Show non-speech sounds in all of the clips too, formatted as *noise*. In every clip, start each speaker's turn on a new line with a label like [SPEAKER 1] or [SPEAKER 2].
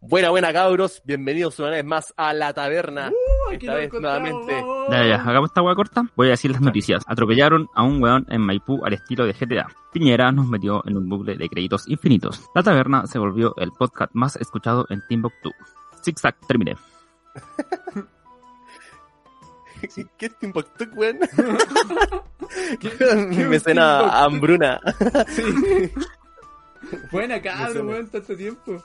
[SPEAKER 1] Buena, buena, cabros. Bienvenidos una vez más a la taberna.
[SPEAKER 2] Uh, aquí
[SPEAKER 1] Esta
[SPEAKER 2] lo
[SPEAKER 1] vez
[SPEAKER 2] encontramos,
[SPEAKER 1] nuevamente.
[SPEAKER 2] vamos.
[SPEAKER 3] Ya, ya, *laughs* hagamos esta hueá corta. Voy a decir las noticias. Atropellaron a un weón en Maipú al estilo de GTA. Piñera nos metió en un bucle de créditos infinitos. La taberna se volvió el podcast más escuchado en Timbuktu. Zig Zag, terminé.
[SPEAKER 1] ¿Qué es Timbuktu, *laughs*
[SPEAKER 2] *laughs*
[SPEAKER 1] weón? Me suena a hambruna.
[SPEAKER 2] Sí. *laughs* Buena,
[SPEAKER 1] suena.
[SPEAKER 2] cabrón, weón, tanto tiempo.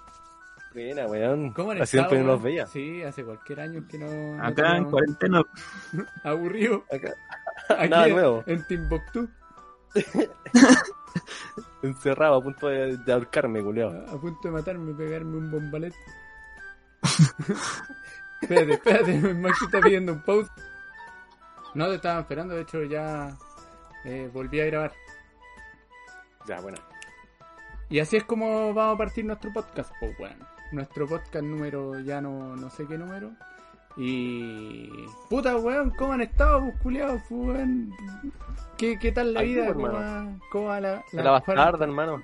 [SPEAKER 1] Buena, weón.
[SPEAKER 2] ¿Cómo han
[SPEAKER 1] Hace tiempo
[SPEAKER 2] estado,
[SPEAKER 1] que no
[SPEAKER 2] weón?
[SPEAKER 1] los veía.
[SPEAKER 2] Sí, hace cualquier año que no. no
[SPEAKER 3] Acá en
[SPEAKER 2] tenemos-
[SPEAKER 3] cuarentena.
[SPEAKER 2] Aburrido.
[SPEAKER 1] Acá,
[SPEAKER 2] *laughs* Aquí
[SPEAKER 1] Nada
[SPEAKER 2] en-
[SPEAKER 1] nuevo.
[SPEAKER 2] En Timbuktu.
[SPEAKER 1] encerrado, a punto de, de ahorcarme, culiao.
[SPEAKER 2] A a punto de matarme, pegarme un
[SPEAKER 3] *laughs*
[SPEAKER 2] bombalet. espérate, espérate, *laughs* mi Maxi está pidiendo un pause. No te estaba esperando, de hecho ya eh, volví a grabar.
[SPEAKER 1] Ya, buena.
[SPEAKER 2] Y así es como vamos a partir nuestro podcast, pues bueno. Nuestro podcast número ya no, no sé qué número. Y. Puta weón, ¿cómo han estado, pues culiados, pues, weón? ¿Qué, ¿Qué tal la
[SPEAKER 1] Ahí
[SPEAKER 2] vida?
[SPEAKER 1] estuvo,
[SPEAKER 2] ¿Cómo
[SPEAKER 1] hermano.
[SPEAKER 2] va, cómo va la,
[SPEAKER 1] La, bastarda, hermano.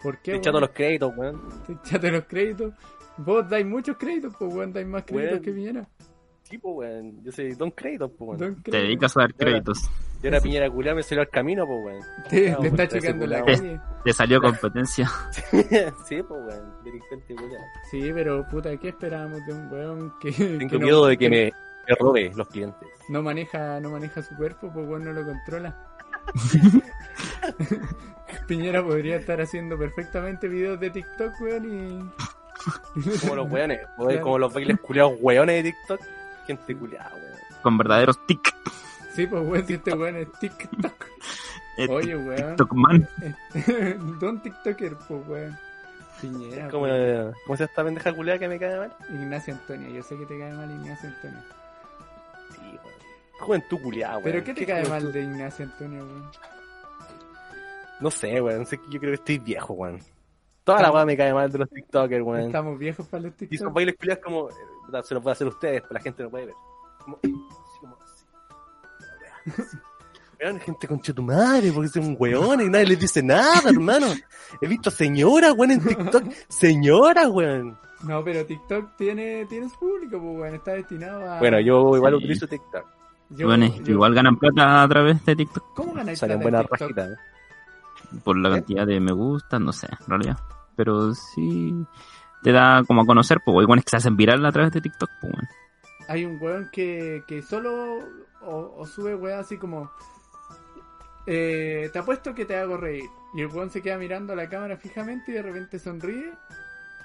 [SPEAKER 2] ¿Por qué?
[SPEAKER 1] Te
[SPEAKER 2] weón?
[SPEAKER 1] echando los créditos, weón.
[SPEAKER 2] *laughs* Te echaste los créditos. Vos dais muchos créditos, pues weón, dais más créditos
[SPEAKER 1] Weón.
[SPEAKER 2] que Piñera.
[SPEAKER 1] Tipo, weón. Yo soy Don Créditos, po, weón.
[SPEAKER 2] Don
[SPEAKER 3] Te
[SPEAKER 2] crédito.
[SPEAKER 3] dedicas a dar créditos.
[SPEAKER 1] Yo era piñera culiao, me salió al camino, po,
[SPEAKER 2] *laughs*
[SPEAKER 1] weón.
[SPEAKER 2] Te,
[SPEAKER 1] Ah,
[SPEAKER 2] te está
[SPEAKER 1] ese
[SPEAKER 2] checando la
[SPEAKER 1] culiao.
[SPEAKER 2] calle.
[SPEAKER 3] Te salió competencia.
[SPEAKER 1] sí, po, weón. Delincuente, culiao.
[SPEAKER 2] Sí, pero puta, ¿qué esperábamos de un weón que. que
[SPEAKER 1] Tengo
[SPEAKER 2] no-
[SPEAKER 1] miedo de que me, me robe los clientes.
[SPEAKER 2] No maneja, no maneja su cuerpo, pues bueno, no
[SPEAKER 1] *laughs*
[SPEAKER 2] lo controla. Piñera podría estar haciendo perfectamente videos de TikTok, weón,
[SPEAKER 1] Como los weones,
[SPEAKER 2] *laughs*
[SPEAKER 1] weón,
[SPEAKER 2] Claro.
[SPEAKER 1] como los bailes culiados weones de TikTok. Gente culiada, weón.
[SPEAKER 3] Con verdaderos tic.
[SPEAKER 2] y. Sí, pues weón, si este weón es TikTok.
[SPEAKER 3] eh,
[SPEAKER 2] Oye, weón.
[SPEAKER 3] TikTok man.
[SPEAKER 2] *laughs* Don TikToker, pues weón. Piñera.
[SPEAKER 1] Es como,
[SPEAKER 2] weón.
[SPEAKER 1] eh, ¿Cómo se llama esta pendeja culiada que me cae mal?
[SPEAKER 2] Ignacio Antonio, yo sé que te cae mal Ignacio Antonio.
[SPEAKER 1] Sí, weón. Juventud culiada, weón.
[SPEAKER 2] ¿Pero qué te cae mal
[SPEAKER 1] juventud?
[SPEAKER 2] de Ignacio Antonio, weón?
[SPEAKER 1] No sé, weón. Sé que yo creo que estoy viejo, weón. Toda la weá me cae mal de los TikTokers, weón.
[SPEAKER 2] Estamos viejos para los
[SPEAKER 1] Y esos
[SPEAKER 2] TikTok.
[SPEAKER 1] bailes culiados como. eh, puta, se los puede hacer ustedes, pero la gente no puede ver. Como, así, como así. La weá, así. Weón, gente concha tu madre, porque son weones y nadie les dice nada, hermano. He visto señoras, weón, en TikTok. Señoras, weón.
[SPEAKER 2] No, pero TikTok tiene, tiene su público, pues weón, está destinado a.
[SPEAKER 1] Bueno, yo igual
[SPEAKER 3] Sí.
[SPEAKER 1] utilizo TikTok.
[SPEAKER 2] Yo-
[SPEAKER 3] Bueno,
[SPEAKER 2] yo-
[SPEAKER 3] igual ganan plata a través de TikTok.
[SPEAKER 2] ¿Cómo ganáis
[SPEAKER 1] Salen
[SPEAKER 2] plata
[SPEAKER 1] buenas
[SPEAKER 2] en TikTok?
[SPEAKER 1] rajitas. ¿eh?
[SPEAKER 3] Por la
[SPEAKER 1] ¿Eh?
[SPEAKER 3] cantidad de me gusta, no sé, en realidad. Pero sí. Te da como a conocer, pues, igual es que se hacen viral a través de TikTok, pues, weón.
[SPEAKER 2] Hay un weón que, que solo o, o sube weón así como eh, te apuesto que te hago reír. Y el weón se queda mirando a la cámara fijamente y de repente sonríe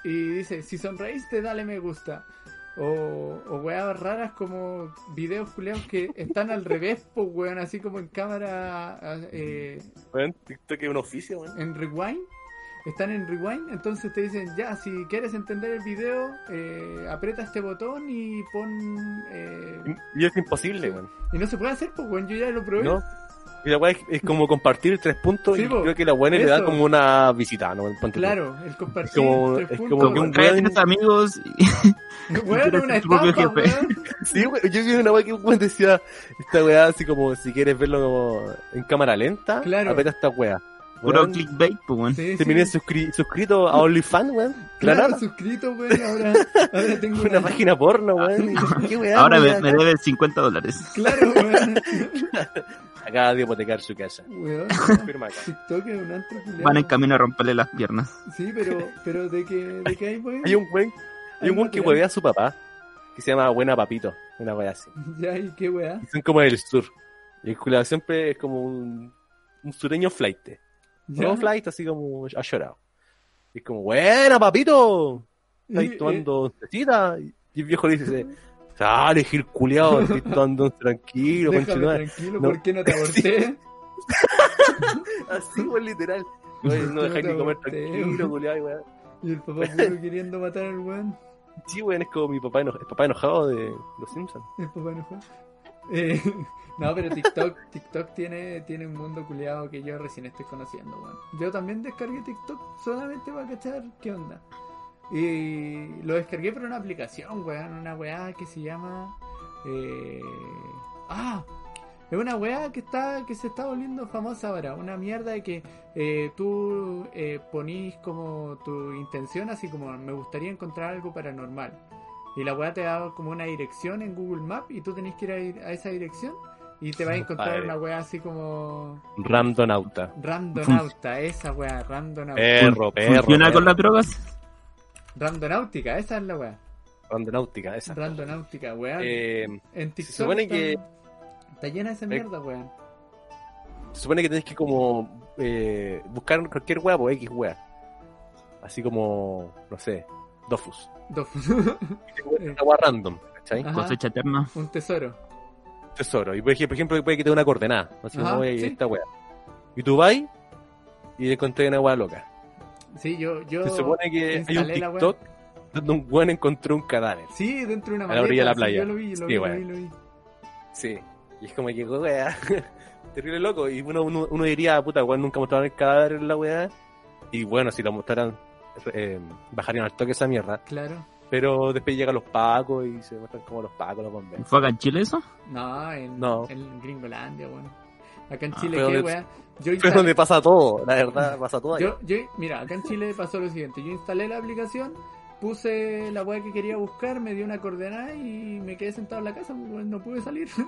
[SPEAKER 2] y dice, si sonreíste dale me gusta. O, o weas raras como videos culeados que están al revés, *laughs* pues weón, así como en cámara eh,
[SPEAKER 1] Weón, TikTok es un oficio, weón.
[SPEAKER 2] en rewind, están en rewind, entonces te dicen, ya, si quieres entender el video, eh, aprieta este botón y pon... eh,
[SPEAKER 1] Y es imposible, weón.
[SPEAKER 2] y no se puede hacer, pues, weón, yo ya lo probé.
[SPEAKER 1] ¿No? Y la weá es, es como compartir tres puntos
[SPEAKER 2] Sí,
[SPEAKER 1] y
[SPEAKER 2] po.
[SPEAKER 1] creo que la weá le da
[SPEAKER 2] Eso.
[SPEAKER 1] como una visita, ¿no? Ponte tú.
[SPEAKER 2] Claro, el compartir
[SPEAKER 1] Es como-
[SPEAKER 2] tres
[SPEAKER 1] es
[SPEAKER 2] puntos,
[SPEAKER 1] como que
[SPEAKER 2] weón.
[SPEAKER 1] un-
[SPEAKER 3] Trae a tus amigos y- *laughs*
[SPEAKER 2] Weón, es una
[SPEAKER 3] tu propio
[SPEAKER 2] estafa,
[SPEAKER 3] jefe.
[SPEAKER 1] *laughs*
[SPEAKER 2] weón.
[SPEAKER 1] Sí, weón, yo vi una weá que un weón decía, esta weá así como, si quieres verlo como en cámara lenta,
[SPEAKER 2] Claro.
[SPEAKER 1] apeta esta weá.
[SPEAKER 3] puro
[SPEAKER 1] Weón,
[SPEAKER 3] clickbait, pues, weón.
[SPEAKER 2] Sí, sí.
[SPEAKER 1] Terminé suscri- suscrito a OnlyFans, weón.
[SPEAKER 2] Claro,
[SPEAKER 1] Claro.
[SPEAKER 2] suscrito, weón, ahora,
[SPEAKER 1] *laughs*
[SPEAKER 2] ahora tengo
[SPEAKER 1] Una
[SPEAKER 2] una...
[SPEAKER 1] página porno,
[SPEAKER 2] Ah,
[SPEAKER 1] weón. Y- ¿Qué weá,
[SPEAKER 3] Ahora me,
[SPEAKER 1] weón?
[SPEAKER 3] me debe 50 dólares.
[SPEAKER 2] Claro, weón. *laughs*
[SPEAKER 1] Acaba de hipotecar su casa.
[SPEAKER 2] Weón,
[SPEAKER 1] Firma acá.
[SPEAKER 2] TikTok es un antro culiao.
[SPEAKER 3] Van en camino a romperle las piernas.
[SPEAKER 2] Sí, pero, pero de que, de que hay, weón.
[SPEAKER 1] Hay un weón, hay un weón que huevea a su papá, que se llama Buena Papito, una weá así.
[SPEAKER 2] Ya, y qué weá.
[SPEAKER 1] Y son como del sur. Y el culiao siempre es como un, un sureño flight.
[SPEAKER 2] Ya.
[SPEAKER 1] No flight, así como ha llorado. Y es como, buena, papito.
[SPEAKER 2] Y- eh,
[SPEAKER 1] Estás
[SPEAKER 2] y-
[SPEAKER 1] tomando oncecita. Y el viejo le dice, sale, gil culiao, estoy tomando once tranquilo,
[SPEAKER 2] Déjame
[SPEAKER 1] conchetumare".
[SPEAKER 2] tranquilo,
[SPEAKER 1] No.
[SPEAKER 2] ¿por
[SPEAKER 1] *laughs*
[SPEAKER 2] qué no te aborté?
[SPEAKER 1] Así, weón, literal.
[SPEAKER 2] *laughs*
[SPEAKER 1] Oye, no dejáis ni comer tranquilo, culiao, y weón.
[SPEAKER 2] Y el papá puro queriendo matar al weón.
[SPEAKER 1] Sí, weón, es como mi papá, eno- el papá enojado de los Simpsons.
[SPEAKER 2] El papá enojó. Eh, *laughs* no, pero TikTok, TikTok tiene, tiene un mundo culiado que yo recién estoy conociendo, weón. Yo también descargué TikTok solamente para cachar qué onda. Y lo descargué por una aplicación, weón, una weá que se llama... eh, Ah, Es una weá que está que se está volviendo famosa ahora. Una mierda de que eh, tú eh, ponís como tu intención, así como me gustaría encontrar algo paranormal. Y la weá te da como una dirección en Google Maps y tú tenés que ir a, ir a esa dirección y te vas a encontrar
[SPEAKER 1] Padre.
[SPEAKER 2] una weá así como
[SPEAKER 1] Ramdonauta.
[SPEAKER 2] Randonauta, esa weá, Randonauta.
[SPEAKER 3] Eh.
[SPEAKER 1] Perro, perro.
[SPEAKER 3] ¿Funciona
[SPEAKER 1] perro.
[SPEAKER 3] con las drogas?
[SPEAKER 2] Randonáutica, esa es la weá.
[SPEAKER 1] Randonáutica, esa.
[SPEAKER 2] Randonáutica, weá.
[SPEAKER 1] Eh,
[SPEAKER 2] en TikTok
[SPEAKER 1] se supone
[SPEAKER 2] están-
[SPEAKER 1] que-
[SPEAKER 2] Está llena de esa mierda, weón.
[SPEAKER 1] se supone que tenés que como eh, buscar cualquier wea por X wea. Así como, no sé, Dofus.
[SPEAKER 2] Dos- Eh.
[SPEAKER 1] Una wea random, ¿cachai?
[SPEAKER 2] Ajá.
[SPEAKER 3] Cosecha eterna.
[SPEAKER 2] Un tesoro.
[SPEAKER 1] Tesoro. Y por ej- por ejemplo, puede que tenga una coordenada. Así
[SPEAKER 2] Ajá,
[SPEAKER 1] como, oye,
[SPEAKER 2] sí.
[SPEAKER 1] esta wea. Y tú vas y le encontré una wea loca.
[SPEAKER 2] Sí, yo. yo
[SPEAKER 1] Se supone que hay un
[SPEAKER 2] instalé la wea.
[SPEAKER 1] TikTok donde un weón encontró un cadáver.
[SPEAKER 2] Sí, dentro de una
[SPEAKER 1] A la orilla de la
[SPEAKER 2] maleta, sí,
[SPEAKER 1] playa.
[SPEAKER 2] yo lo vi, lo
[SPEAKER 1] Sí,
[SPEAKER 2] vi, lo
[SPEAKER 1] weón.
[SPEAKER 2] vi, lo vi.
[SPEAKER 1] Sí. Y es como que, weá, *laughs* terrible loco. Y uno, uno, uno diría, puta, weón, nunca mostraron el cadáver en la weá. Y bueno, si lo mostraran, eh, bajarían al toque esa mierda.
[SPEAKER 2] Claro.
[SPEAKER 1] Pero después llegan los pacos y se muestran como los pacos los bomberos.
[SPEAKER 3] ¿Fue acá en Chile eso?
[SPEAKER 2] No, en,
[SPEAKER 1] No.
[SPEAKER 2] en Gringolandia, weón. Acá en
[SPEAKER 3] Ah,
[SPEAKER 2] Chile,
[SPEAKER 1] pero
[SPEAKER 2] ¿qué,
[SPEAKER 1] de- *laughs*
[SPEAKER 2] weón? Yo
[SPEAKER 1] Pero
[SPEAKER 2] instalé-
[SPEAKER 1] donde pasa todo, la verdad, pasa todo ahí.
[SPEAKER 2] Yo, yo, mira, acá en Chile pasó lo siguiente. Yo instalé la aplicación, puse la weá que quería buscar, me dio una coordenada y me quedé sentado en la casa, pues, weón, no pude salir. *laughs*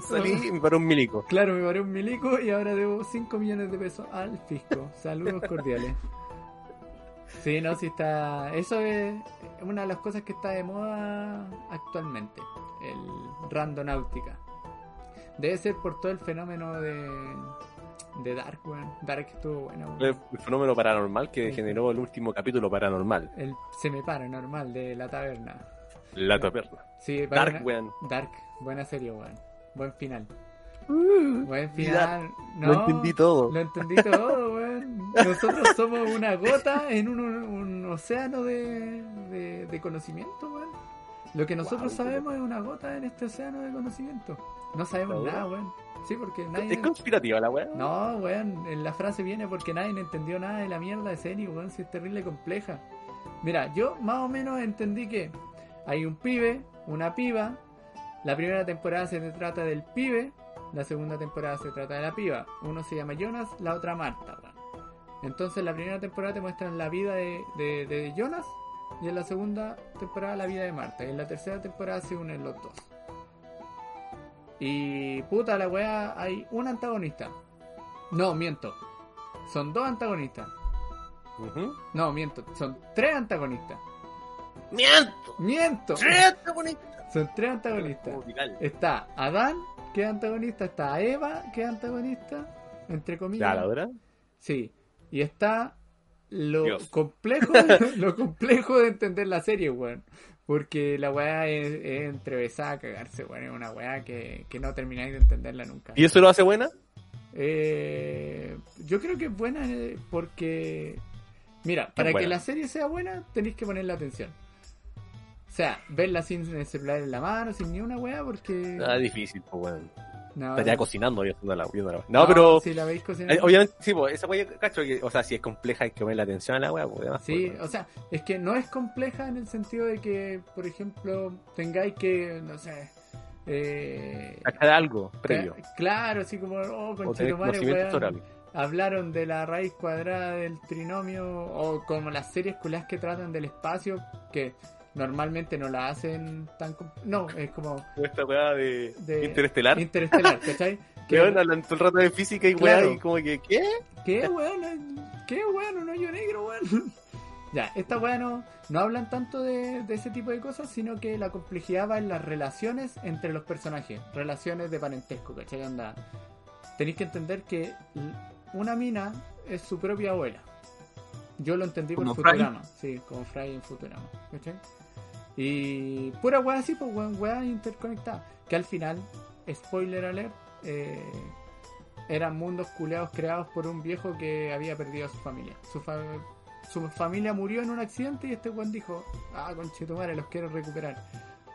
[SPEAKER 1] Salí y me paró un milico.
[SPEAKER 2] claro, me paré un milico y ahora debo 5 millones de pesos al fisco. Saludos cordiales. Sí, no, sí está... Eso es una de las cosas que está de moda actualmente, el randonáutica. Debe ser por todo el fenómeno de, de Dark, weón. Dark estuvo bueno, weón.
[SPEAKER 1] El fenómeno paranormal que generó el último capítulo paranormal,
[SPEAKER 2] El se me para normal de la taberna.
[SPEAKER 1] La Taberna.
[SPEAKER 2] Sí, para
[SPEAKER 1] Dark,
[SPEAKER 2] una-
[SPEAKER 1] weón.
[SPEAKER 2] Dark, buena serie, weón. Buen final.
[SPEAKER 1] Uh,
[SPEAKER 2] Buen
[SPEAKER 1] y
[SPEAKER 2] final. No,
[SPEAKER 1] Lo entendí todo.
[SPEAKER 2] Lo entendí todo, weón. Nosotros somos una gota en un, un- un océano de, de, de conocimiento, weón. Lo que nosotros
[SPEAKER 1] Wow,
[SPEAKER 2] sabemos es una gota en este océano de conocimiento. No sabemos
[SPEAKER 1] ¿Seguro?
[SPEAKER 2] nada, weón. Sí, porque nadie.
[SPEAKER 1] Es conspirativa la weá.
[SPEAKER 2] No, weón, en la frase viene porque nadie entendió nada de la mierda de Seni, weón, si es terrible compleja. Mira, yo más o menos entendí que hay un pibe, una piba, la primera temporada se trata del pibe, la segunda temporada se trata de la piba. Uno se llama Jonas, la otra Marta, weón. Entonces la primera temporada te muestran la vida de, de- de Jonas y en la segunda temporada la vida de Marta. Y en la tercera temporada se unen los dos. Y puta la weá, hay un antagonista. No, miento. Son dos antagonistas.
[SPEAKER 1] Ujú.
[SPEAKER 2] No, miento. Son tres antagonistas.
[SPEAKER 1] ¡Miento!
[SPEAKER 2] Miento.
[SPEAKER 1] ¡Miento, bonito!
[SPEAKER 2] Son tres antagonistas.
[SPEAKER 1] Como viral.
[SPEAKER 2] Está Adán, que es antagonista. Está Eva, que es antagonista. Entre
[SPEAKER 1] Ya,
[SPEAKER 2] comillas.
[SPEAKER 1] la verdad.
[SPEAKER 2] Sí. Y está lo
[SPEAKER 1] Dios.
[SPEAKER 2] complejo *laughs* lo complejo de entender la serie, weón. Porque la weá es, es entrevesada a cagarse, weón. Es una weá que, que no termináis de entenderla nunca.
[SPEAKER 1] ¿Y eso lo hace buena?
[SPEAKER 2] Eh, yo creo que es buena eh, porque. Mira, para que
[SPEAKER 1] buena.
[SPEAKER 2] la serie sea buena, tenéis que ponerle atención. O sea, verla sin el celular en la mano, sin ni una weá, porque.
[SPEAKER 1] Ah, difícil, pues, weón.
[SPEAKER 2] no,
[SPEAKER 1] Estaría cocinando yo haciendo la, viendo la- No,
[SPEAKER 2] Ah. no,
[SPEAKER 1] pero.
[SPEAKER 2] Si la veis cocinando-
[SPEAKER 1] eh, Obviamente, sí, pues, esa weá, cacho, que, o sea, si es compleja hay que ponerle atención a la weá, pues, además,
[SPEAKER 2] Sí,
[SPEAKER 1] pues, weón.
[SPEAKER 2] o sea, es que no es compleja en el sentido de que, por ejemplo, tengáis que, no sé. Eh,
[SPEAKER 1] Sacar algo previo.
[SPEAKER 2] cla- Claro, así como, oh,
[SPEAKER 1] O tener
[SPEAKER 2] conchetumare,
[SPEAKER 1] conocimientos
[SPEAKER 2] weón,
[SPEAKER 1] orales.
[SPEAKER 2] hablaron de la raíz cuadrada del trinomio o como las series culas que tratan del espacio que normalmente no la hacen tan com- no es como
[SPEAKER 1] O Esta weá de,
[SPEAKER 2] De-
[SPEAKER 1] interestelar.
[SPEAKER 2] interestelar ¿cachai?
[SPEAKER 1] Que
[SPEAKER 2] que,
[SPEAKER 1] weón hablan todo el rato de física y weá,
[SPEAKER 2] Claro.
[SPEAKER 1] y como que, ¿qué?
[SPEAKER 2] ¿Qué weón? ¿Qué weón? Un hoyo negro, weón. Ya, esta weá no, no hablan tanto de, de ese tipo de cosas, sino que la complejidad va en las relaciones entre los personajes, relaciones de parentesco, ¿cachai? Onda, tenéis que entender que l- una mina es su propia abuela. Yo lo entendí por
[SPEAKER 3] Como Fry.
[SPEAKER 2] Futurama, sí, como Fry en Futurama, ¿cachai? Y pura weá así, pues weón, weá interconectada. Que al final, spoiler alert, eh, eran mundos culeados creados por un viejo que había perdido a su familia. Su, fa- su familia murió en un accidente y este weón dijo, ah, conchetumare, los quiero recuperar.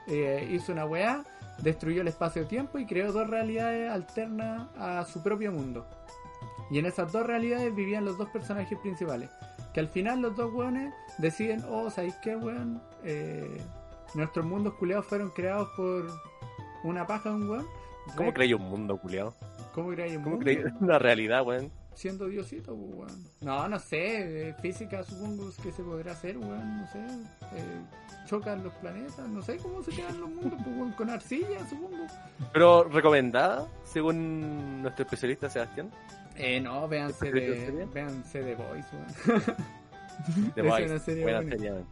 [SPEAKER 2] Eh, hizo una weá, destruyó el espacio-tiempo y creó dos realidades alternas a su propio mundo. Y en esas dos realidades vivían los dos personajes principales. Que al final los dos weones deciden, oh, ¿sabéis qué, weón? Eh, nuestros mundos culeados fueron creados por una paja de un weón.
[SPEAKER 1] ¿Cómo creí un mundo, culiao?
[SPEAKER 2] ¿Cómo creáis un
[SPEAKER 1] ¿Cómo
[SPEAKER 2] mundo?
[SPEAKER 1] creí una realidad, weón?
[SPEAKER 2] Siendo diosito, pues, weón. No, no sé. eh, Física supongo que se podrá hacer, weón. No sé. Eh, chocan los planetas. No sé cómo se quedan los mundos, pues, weón. Con arcilla, supongo.
[SPEAKER 1] Pero recomendada, según nuestro especialista Sebastián.
[SPEAKER 2] Eh, no, véanse
[SPEAKER 1] ¿Te crees que
[SPEAKER 2] de,
[SPEAKER 1] sería?
[SPEAKER 2] véanse de Boys, weón.
[SPEAKER 1] The
[SPEAKER 2] Es
[SPEAKER 1] Boys.
[SPEAKER 2] una serie
[SPEAKER 1] Buena
[SPEAKER 2] buena.
[SPEAKER 1] serie, weón.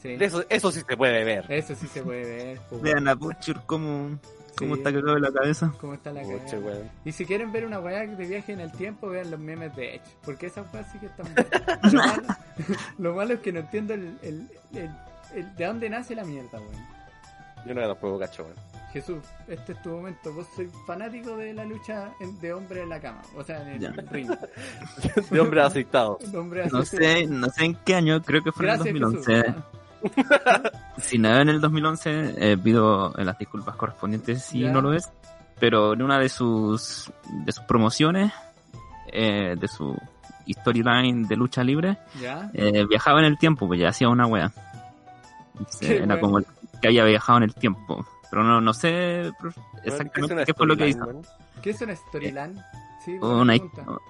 [SPEAKER 2] Sí.
[SPEAKER 1] De Eso, eso sí se puede ver.
[SPEAKER 2] Eso sí se puede ver, pues, weón.
[SPEAKER 3] Vean a Butcher cómo, cómo
[SPEAKER 2] Sí.
[SPEAKER 3] está cagado en la cabeza.
[SPEAKER 2] ¿Cómo está la
[SPEAKER 1] Pucha,
[SPEAKER 2] cagada?
[SPEAKER 1] weón.
[SPEAKER 2] Y si quieren ver una weá de viaje en el tiempo, vean los memes de Edge. Porque esas weas sí que están
[SPEAKER 1] *laughs*
[SPEAKER 2] buenas. Lo malo, *laughs* lo malo es que no entiendo el, el- el- el- de dónde nace la mierda, weón.
[SPEAKER 1] Yo no era tampoco cacho, weón.
[SPEAKER 2] Jesús, este es tu momento. Vos sois fanático de la lucha en- de hombre en la cama. O sea, en el
[SPEAKER 3] Ya.
[SPEAKER 2] ring.
[SPEAKER 3] *laughs*
[SPEAKER 1] De hombre aceitado.
[SPEAKER 2] De hombre
[SPEAKER 3] No
[SPEAKER 2] así.
[SPEAKER 3] sé, no sé en qué año, creo que fue
[SPEAKER 2] Gracias,
[SPEAKER 3] en el
[SPEAKER 2] Jesús.
[SPEAKER 3] 2011. Si no es en el 2011, eh, pido las disculpas correspondientes si
[SPEAKER 2] Ya.
[SPEAKER 3] no lo es. Pero en una de sus, de sus promociones, eh, de su storyline de lucha libre,
[SPEAKER 2] ¿Ya?
[SPEAKER 3] eh, viajaba en el tiempo, pues ya hacía una wea. Entonces,
[SPEAKER 2] Qué
[SPEAKER 3] era
[SPEAKER 2] wea.
[SPEAKER 3] como el que había viajado en el tiempo. Pero no, no sé prof, exactamente
[SPEAKER 1] Weón,
[SPEAKER 3] qué fue lo que hizo.
[SPEAKER 1] storyline, weón?
[SPEAKER 2] ¿Qué es una storyline? Sí, buena
[SPEAKER 3] Una- *laughs*
[SPEAKER 2] pregunta.
[SPEAKER 3] lo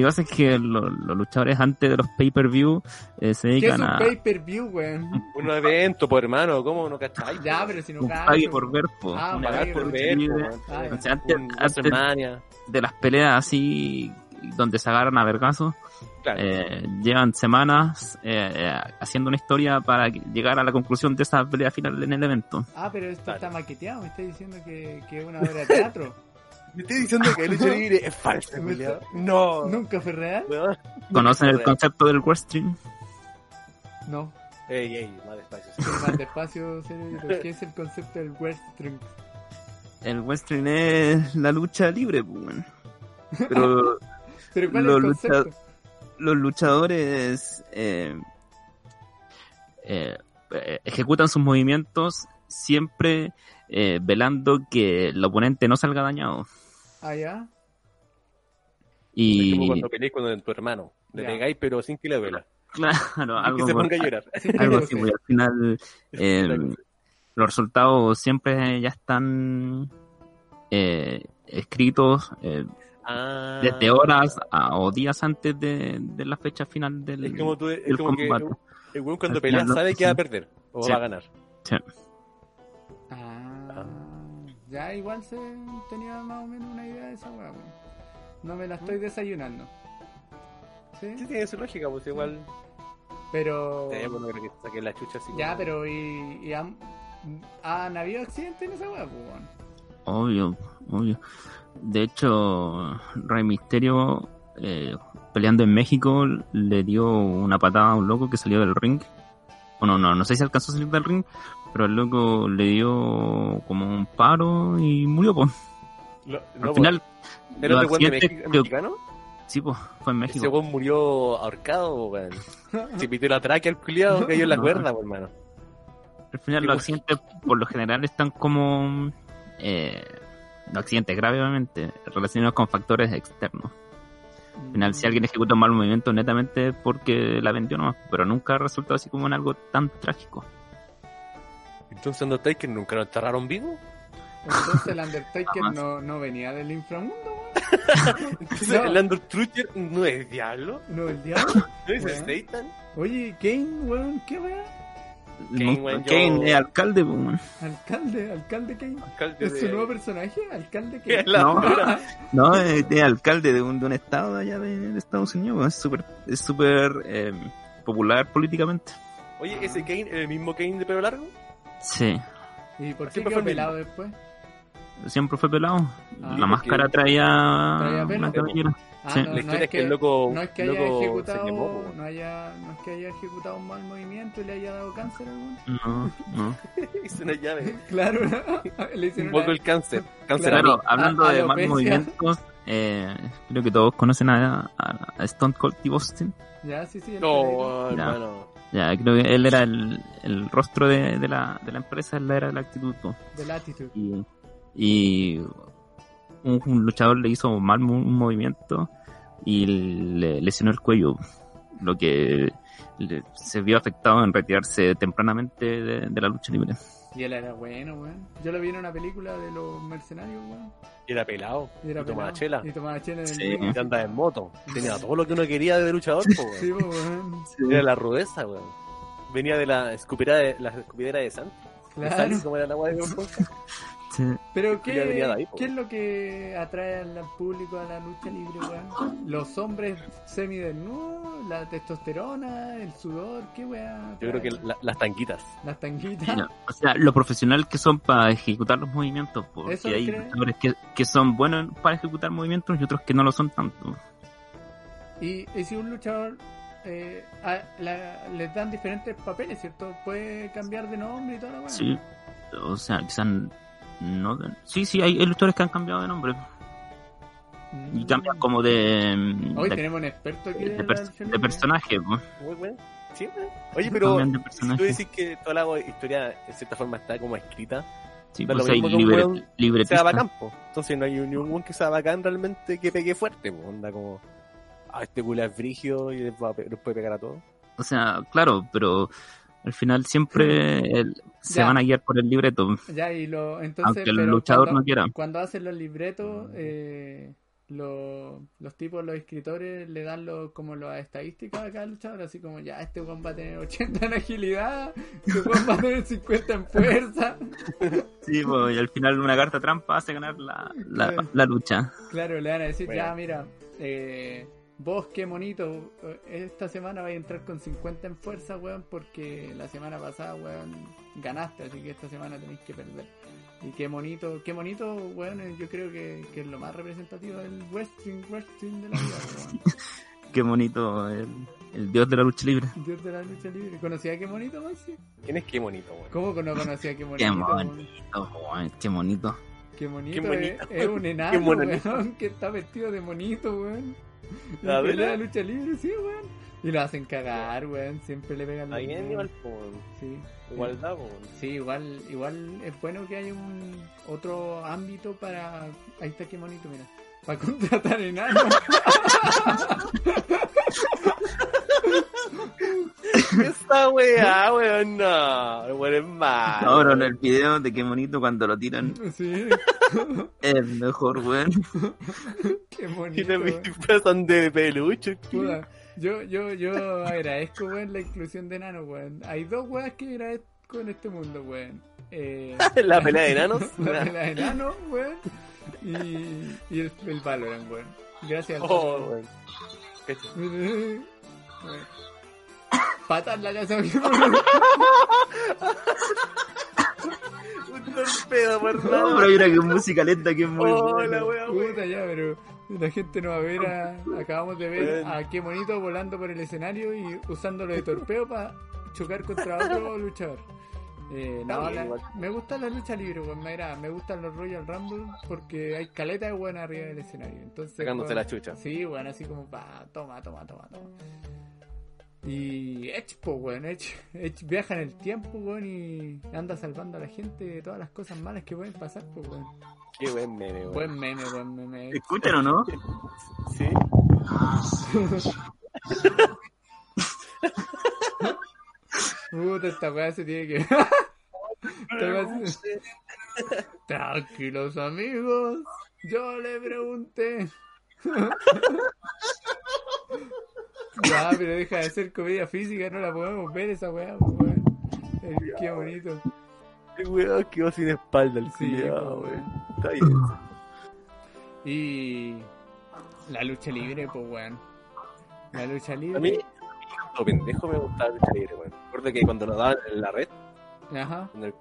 [SPEAKER 3] que pasa es que lo- los luchadores antes de los pay-per-view eh, se
[SPEAKER 2] ¿Qué es
[SPEAKER 3] dedican
[SPEAKER 2] un
[SPEAKER 3] a
[SPEAKER 2] pay-per-view, weón?
[SPEAKER 1] Un evento, por hermano, ¿cómo no cacháis?
[SPEAKER 2] Ya,
[SPEAKER 1] weón?
[SPEAKER 2] pero si no
[SPEAKER 3] un
[SPEAKER 2] cacho,
[SPEAKER 3] pague por
[SPEAKER 2] weón.
[SPEAKER 3] ver, po.
[SPEAKER 2] Ah,
[SPEAKER 3] Una
[SPEAKER 1] Pagar
[SPEAKER 2] Ay,
[SPEAKER 1] por
[SPEAKER 2] weón.
[SPEAKER 1] ver, po,
[SPEAKER 2] Ah,
[SPEAKER 1] weón.
[SPEAKER 2] ya.
[SPEAKER 3] O sea, antes-
[SPEAKER 1] Un
[SPEAKER 3] antes-
[SPEAKER 1] WrestleMania.
[SPEAKER 3] de las peleas así donde se agarran a vergazos,
[SPEAKER 1] Claro.
[SPEAKER 3] eh, llevan semanas eh, haciendo una historia para que- llegar a la conclusión de esa pelea final en el evento.
[SPEAKER 2] Ah, pero esto
[SPEAKER 1] Claro.
[SPEAKER 2] está maqueteado. Me está diciendo que, que es una obra de
[SPEAKER 3] *laughs*
[SPEAKER 2] teatro.
[SPEAKER 1] Me estoy diciendo que el lucha libre *laughs* es falso,
[SPEAKER 2] Me
[SPEAKER 1] culiao.
[SPEAKER 2] está-
[SPEAKER 1] No.
[SPEAKER 3] Oh.
[SPEAKER 2] ¿Nunca fue real?
[SPEAKER 1] weón.
[SPEAKER 3] ¿Conocen el
[SPEAKER 1] Real.
[SPEAKER 3] concepto del wrestling?
[SPEAKER 2] No.
[SPEAKER 1] Ey, ey, más despacio.
[SPEAKER 2] Pero más despacio, señorito, ¿qué es el concepto del wrestling?
[SPEAKER 3] El wrestling es la lucha libre, pues, bueno. pero
[SPEAKER 1] *laughs*
[SPEAKER 2] Pero ¿cuál
[SPEAKER 3] Lo
[SPEAKER 2] es el concepto?
[SPEAKER 3] los luchadores eh, eh, eh, ejecutan sus movimientos siempre eh, velando que el oponente no salga dañado.
[SPEAKER 2] Ah, ya.
[SPEAKER 1] Es como
[SPEAKER 3] Y *laughs*
[SPEAKER 1] cuando peleáis con tu hermano. Le
[SPEAKER 2] Ya.
[SPEAKER 1] pegáis, pero sin que le duela.
[SPEAKER 3] claro,
[SPEAKER 1] Y Que
[SPEAKER 3] algo
[SPEAKER 1] se
[SPEAKER 3] por-
[SPEAKER 1] ponga a llorar.
[SPEAKER 2] Sí,
[SPEAKER 1] *laughs*
[SPEAKER 3] algo
[SPEAKER 2] claro,
[SPEAKER 3] así,
[SPEAKER 2] sí.
[SPEAKER 3] porque al final eh,
[SPEAKER 1] Esa es la cosa.
[SPEAKER 3] los resultados siempre ya están eh, escritos eh,
[SPEAKER 1] Ah.
[SPEAKER 3] desde horas a- o días antes de, de la fecha final del
[SPEAKER 1] Es como, tú, es
[SPEAKER 3] el
[SPEAKER 1] como que
[SPEAKER 3] combate.
[SPEAKER 1] el weón cuando
[SPEAKER 3] Al
[SPEAKER 1] pelea
[SPEAKER 3] final no-
[SPEAKER 1] sabe que va a
[SPEAKER 3] sí.
[SPEAKER 1] perder o
[SPEAKER 3] Sí.
[SPEAKER 1] va a ganar.
[SPEAKER 2] Ah, ya igual se tenía más o menos una idea de esa weá, weón. No me la estoy desayunando.
[SPEAKER 1] Sí,
[SPEAKER 2] ¿Sí?
[SPEAKER 1] tiene su lógica, pues igual.
[SPEAKER 2] Pero.
[SPEAKER 1] Eh, bueno, creo que te saqué la chucha así.
[SPEAKER 2] Ya,
[SPEAKER 1] como-
[SPEAKER 2] pero y. y han, han habido accidentes en esa weá, pues, weón.
[SPEAKER 3] Obvio, obvio. De hecho, Rey Misterio eh, peleando en México le dio una patada a un loco que salió del ring. Bueno, no, no sé si alcanzó a salir del ring, pero el loco le dio como un paro y murió. po.
[SPEAKER 1] Lo-
[SPEAKER 3] Al
[SPEAKER 1] no,
[SPEAKER 3] final,
[SPEAKER 1] pues, ¿Era
[SPEAKER 3] los
[SPEAKER 1] otro weón de
[SPEAKER 3] accidentes
[SPEAKER 1] Mexi-
[SPEAKER 3] que-
[SPEAKER 1] mexicano?
[SPEAKER 3] sí, pues, fue en
[SPEAKER 1] Ese
[SPEAKER 3] México.
[SPEAKER 1] weón murió ahorcado, *laughs* weón.
[SPEAKER 2] *laughs*
[SPEAKER 1] Se pitió la tráquea al culiado, cayó en la
[SPEAKER 3] No.
[SPEAKER 1] cuerda, pues, hermano.
[SPEAKER 3] Al final los accidentes por lo general están como... Eh, los accidentes graves obviamente relacionados con factores externos. Al final, si alguien ejecuta un mal movimiento, netamente es porque la vendió nomás, pero nunca ha resultado así como en algo tan trágico.
[SPEAKER 1] Entonces, Undertaker nunca lo enterraron vivo.
[SPEAKER 2] Entonces el Undertaker
[SPEAKER 3] Jamás.
[SPEAKER 2] no, no venía del inframundo,
[SPEAKER 1] *laughs* Entonces,
[SPEAKER 2] No.
[SPEAKER 1] el Undertaker no es diablo,
[SPEAKER 2] no el diablo.
[SPEAKER 1] no es
[SPEAKER 2] Weón.
[SPEAKER 1] Satan.
[SPEAKER 2] Oye, Kane, weón, qué weá.
[SPEAKER 1] Kane,
[SPEAKER 3] Nunca-
[SPEAKER 1] weón, yo-
[SPEAKER 3] Kane es alcalde, pues, weón.
[SPEAKER 2] Alcalde, alcalde Kane.
[SPEAKER 1] Alcalde
[SPEAKER 2] ¿Es su
[SPEAKER 1] de-
[SPEAKER 2] nuevo personaje? ¿Alcalde
[SPEAKER 1] *laughs* que
[SPEAKER 2] Kane?
[SPEAKER 1] es la
[SPEAKER 3] No.
[SPEAKER 1] dura.
[SPEAKER 3] no, es, es alcalde de un, de un estado allá de, de Estados Unidos, weón. es súper es súper eh, popular políticamente.
[SPEAKER 1] Oye, ¿ese Kane es el mismo Kane de pelo largo?
[SPEAKER 3] Sí,
[SPEAKER 2] ¿Y por qué
[SPEAKER 1] Siempre fue
[SPEAKER 2] quedó
[SPEAKER 1] el mismo.
[SPEAKER 2] pelado después?
[SPEAKER 3] siempre fue pelado.
[SPEAKER 2] Ah,
[SPEAKER 3] la
[SPEAKER 2] porque-
[SPEAKER 3] máscara traía,
[SPEAKER 2] traía pelo.
[SPEAKER 3] una cabellera.
[SPEAKER 2] Ah,
[SPEAKER 3] Sí.
[SPEAKER 2] no,
[SPEAKER 1] la
[SPEAKER 2] no
[SPEAKER 1] historia
[SPEAKER 2] es que,
[SPEAKER 1] el loco,
[SPEAKER 2] no es que haya
[SPEAKER 1] loco
[SPEAKER 2] ejecutado,
[SPEAKER 1] se quemó, po, *laughs*
[SPEAKER 2] no, haya, no es que haya ejecutado un mal movimiento y le haya dado cáncer a
[SPEAKER 1] *laughs*
[SPEAKER 2] alguno.
[SPEAKER 3] No, no.
[SPEAKER 1] hizo una llave.
[SPEAKER 2] Claro, *laughs* le
[SPEAKER 1] Un
[SPEAKER 2] hicieron
[SPEAKER 1] poco
[SPEAKER 2] una-
[SPEAKER 1] el cáncer. Cáncer a
[SPEAKER 3] Claro,
[SPEAKER 1] mí.
[SPEAKER 3] hablando
[SPEAKER 2] a-
[SPEAKER 3] de malos
[SPEAKER 2] alopecia.
[SPEAKER 3] movimientos, eh, creo que todos conocen a, a- a Stone Cold Steve Austin.
[SPEAKER 2] Ya, sí, sí. el peladito.
[SPEAKER 1] No,
[SPEAKER 3] Ya.
[SPEAKER 1] hermano.
[SPEAKER 3] Ya, creo que él era el, el rostro de, de la, de la empresa, él era la actitud. po.
[SPEAKER 2] De latitud.
[SPEAKER 3] Y, y un, un luchador le hizo mal mo- un movimiento y le lesionó el cuello, lo que le- se vio afectado en retirarse tempranamente de, de la lucha libre.
[SPEAKER 2] Y él era bueno, weón. Yo lo vi en una película de los mercenarios, weón.
[SPEAKER 1] Y era pelado.
[SPEAKER 2] Y era
[SPEAKER 1] y tomaba
[SPEAKER 2] pelado.
[SPEAKER 1] chela.
[SPEAKER 2] Y tomaba chela en el
[SPEAKER 3] Sí.
[SPEAKER 2] ring.
[SPEAKER 1] Y andaba en moto.
[SPEAKER 2] *laughs*
[SPEAKER 1] Tenía todo lo que uno quería de luchador, po, weón.
[SPEAKER 2] Sí, po, weón.
[SPEAKER 1] Era la rudeza, weón. Venía de la escupidera de, la escupidera de Santi. De
[SPEAKER 2] Claro.
[SPEAKER 1] Santi, como era la weá de un podcast.
[SPEAKER 3] Sí.
[SPEAKER 2] Pero
[SPEAKER 1] Ya venía de
[SPEAKER 2] ¿qué,
[SPEAKER 1] ahí, po.
[SPEAKER 2] ¿qué es lo que atrae al público a la lucha libre, weón? ¿Los hombres semidesnudos? ¿La testosterona? ¿El sudor? ¿Qué weón?
[SPEAKER 1] Yo creo que la- las tanquitas.
[SPEAKER 2] Las tanguitas.
[SPEAKER 3] Mira, o sea, lo profesional que son para ejecutar los movimientos, porque
[SPEAKER 2] Eso
[SPEAKER 3] hay
[SPEAKER 2] creo.
[SPEAKER 3] luchadores que, que son buenos para ejecutar movimientos y otros que no lo son tanto.
[SPEAKER 2] Y, y si un luchador eh, a- la- les dan diferentes papeles, ¿cierto? Puede cambiar de nombre y toda la weá.
[SPEAKER 3] Sí, o sea, quizás no. de- Sí, sí, hay, hay luchadores que han cambiado de nombre
[SPEAKER 2] Mm.
[SPEAKER 3] y cambian como de. mm,
[SPEAKER 2] Hoy
[SPEAKER 3] de-
[SPEAKER 2] tenemos un experto aquí
[SPEAKER 3] de,
[SPEAKER 2] de,
[SPEAKER 3] pers- de personaje, pues.
[SPEAKER 1] Muy buena. Sí, weón. Oye,
[SPEAKER 3] Cambian
[SPEAKER 1] pero
[SPEAKER 3] de
[SPEAKER 1] si tú
[SPEAKER 3] personaje.
[SPEAKER 1] decís que toda la historia, en cierta forma, está como escrita,
[SPEAKER 3] Sí,
[SPEAKER 1] da lo
[SPEAKER 3] pues hay
[SPEAKER 1] mismo que un
[SPEAKER 3] libre-
[SPEAKER 1] weón se
[SPEAKER 3] libretista.
[SPEAKER 1] da bacán, po. Entonces no hay ni un weón que sea bacán realmente que pegue fuerte, po. Onda como, ah, este culo es brigio y les, va a pe- les puede pegar a todos.
[SPEAKER 3] O sea, claro, pero al final siempre el- se
[SPEAKER 2] Ya.
[SPEAKER 3] van a guiar por el libreto,
[SPEAKER 2] Ya, y lo, entonces,
[SPEAKER 3] aunque el
[SPEAKER 2] pero
[SPEAKER 3] luchador
[SPEAKER 2] cuando,
[SPEAKER 3] no quiera.
[SPEAKER 2] cuando hacen los libretos, eh, lo- los tipos, los escritores, le dan los, como las estadísticas a cada luchador, así como, ya, este weón va a tener 80 en agilidad, este weón va a tener 50 en fuerza.
[SPEAKER 3] Sí, pues, y al final una carta trampa hace ganar la, la,
[SPEAKER 2] Claro.
[SPEAKER 3] la lucha.
[SPEAKER 2] Claro, le van a decir,
[SPEAKER 1] Bueno.
[SPEAKER 2] ya, mira, eh, vos qué monito, eh, esta semana vais a entrar con 50 en fuerza, weón, porque la semana pasada, weón, ganaste, así que esta semana tenéis que perder. Y qué bonito, qué bonito, weón, eh, yo creo que, que es lo más representativo del wrestling, wrestling de la vida, *laughs* weón.
[SPEAKER 3] Qué bonito el, el dios de la lucha libre.
[SPEAKER 2] Dios de la lucha libre. ¿Conocía a qué bonito, Maxi?
[SPEAKER 1] ¿Quién es qué bonito, weón?
[SPEAKER 2] ¿Cómo que no conocía a qué bonito?
[SPEAKER 3] Qué
[SPEAKER 2] weón?
[SPEAKER 3] bonito, weón, Oh, qué bonito.
[SPEAKER 2] Qué
[SPEAKER 1] *laughs*
[SPEAKER 2] bonito, eh.
[SPEAKER 1] Qué bonito.
[SPEAKER 2] Es, es un enano,
[SPEAKER 1] mononito.
[SPEAKER 2] weón, que está vestido de monito, weón. Y
[SPEAKER 1] ¿La
[SPEAKER 2] pelea
[SPEAKER 1] verdad?
[SPEAKER 2] de lucha libre, sí, weón. Y lo hacen cagar, weón. Siempre le pegan los
[SPEAKER 1] Ahí es
[SPEAKER 2] weones.
[SPEAKER 1] igual, po. weón.
[SPEAKER 2] Sí.
[SPEAKER 1] Igualdad, po. weón. *laughs*
[SPEAKER 2] Sí, igual, igual es bueno que haya un otro ámbito para. Ahí está qué bonito, mira. Para *laughs*
[SPEAKER 1] *laughs*
[SPEAKER 2] contratar enanos.
[SPEAKER 1] Esta weá, weón, no. El weón es malo.
[SPEAKER 3] Ahora en el video de qué bonito cuando lo tiran
[SPEAKER 2] sí,
[SPEAKER 3] el mejor, weón.
[SPEAKER 2] qué
[SPEAKER 1] Y
[SPEAKER 2] bonito.
[SPEAKER 1] le
[SPEAKER 2] weón.
[SPEAKER 1] disfrazan de peluche.
[SPEAKER 2] Puta, Yo, yo, yo agradezco, weón, la inclusión de enanos, weón. Hay dos weas que agradezco en este mundo, weón. Eh,
[SPEAKER 1] *laughs* La pelea de
[SPEAKER 2] *laughs*
[SPEAKER 1] enanos.
[SPEAKER 2] La de la enano, weón. Y, y el, el Valorant, weón. Gracias al
[SPEAKER 1] *laughs* Oh,
[SPEAKER 2] Valorant.
[SPEAKER 1] weón. Cacha.
[SPEAKER 2] *laughs* Weón. Patas en la casa,
[SPEAKER 1] *laughs* Ah, Un torpedo, por
[SPEAKER 3] No, pero
[SPEAKER 1] favor.
[SPEAKER 3] mira que música lenta, que es muy
[SPEAKER 1] Oh,
[SPEAKER 3] buena.
[SPEAKER 1] la weá, weón.
[SPEAKER 2] Puta ya, pero la gente no va a ver a... Acabamos de ver
[SPEAKER 1] Weón.
[SPEAKER 2] a qué bonito volando por el escenario y usándolo de torpeo para chocar
[SPEAKER 1] *laughs*
[SPEAKER 2] contra otro luchador. Eh, no,
[SPEAKER 1] Está bien,
[SPEAKER 2] la-
[SPEAKER 1] igual.
[SPEAKER 2] me gustan las luchas libres, weón. Me, agrada. me gustan los Royal Rumble porque hay caleta de buena arriba del escenario. Entonces,
[SPEAKER 1] Sacándose
[SPEAKER 2] weón,
[SPEAKER 1] la chucha.
[SPEAKER 2] Sí, weón, así como pa, toma, toma, toma, toma. Y Edge, po, weón, Edge, Edge viaja en el tiempo, weón, y anda salvando a la gente de todas las cosas malas que pueden pasar, po, weón.
[SPEAKER 1] Qué buen meme, weón.
[SPEAKER 2] Buen meme, buen meme. Edge.
[SPEAKER 3] Escuchan o no?
[SPEAKER 1] Sí.
[SPEAKER 2] Puta, esta weá se tiene que. *laughs* Esta weá se- Tranquilos amigos, yo le pregunté. *laughs* Ya, pero deja de ser comedia física, no la podemos ver esa weá, po, weón. Eh, Qué bonito.
[SPEAKER 1] Qué weón quedó sin espalda *laughs* el
[SPEAKER 2] Sí,
[SPEAKER 1] culiao,
[SPEAKER 2] po,
[SPEAKER 1] weón.
[SPEAKER 2] weón.
[SPEAKER 1] Está bien.
[SPEAKER 2] Y la lucha libre, pues weón. La lucha libre.
[SPEAKER 1] A mí, lo pendejo me gustaba lucha libre, weón. Recuerdo que cuando lo daban en la red,
[SPEAKER 2] Ajá.
[SPEAKER 1] en el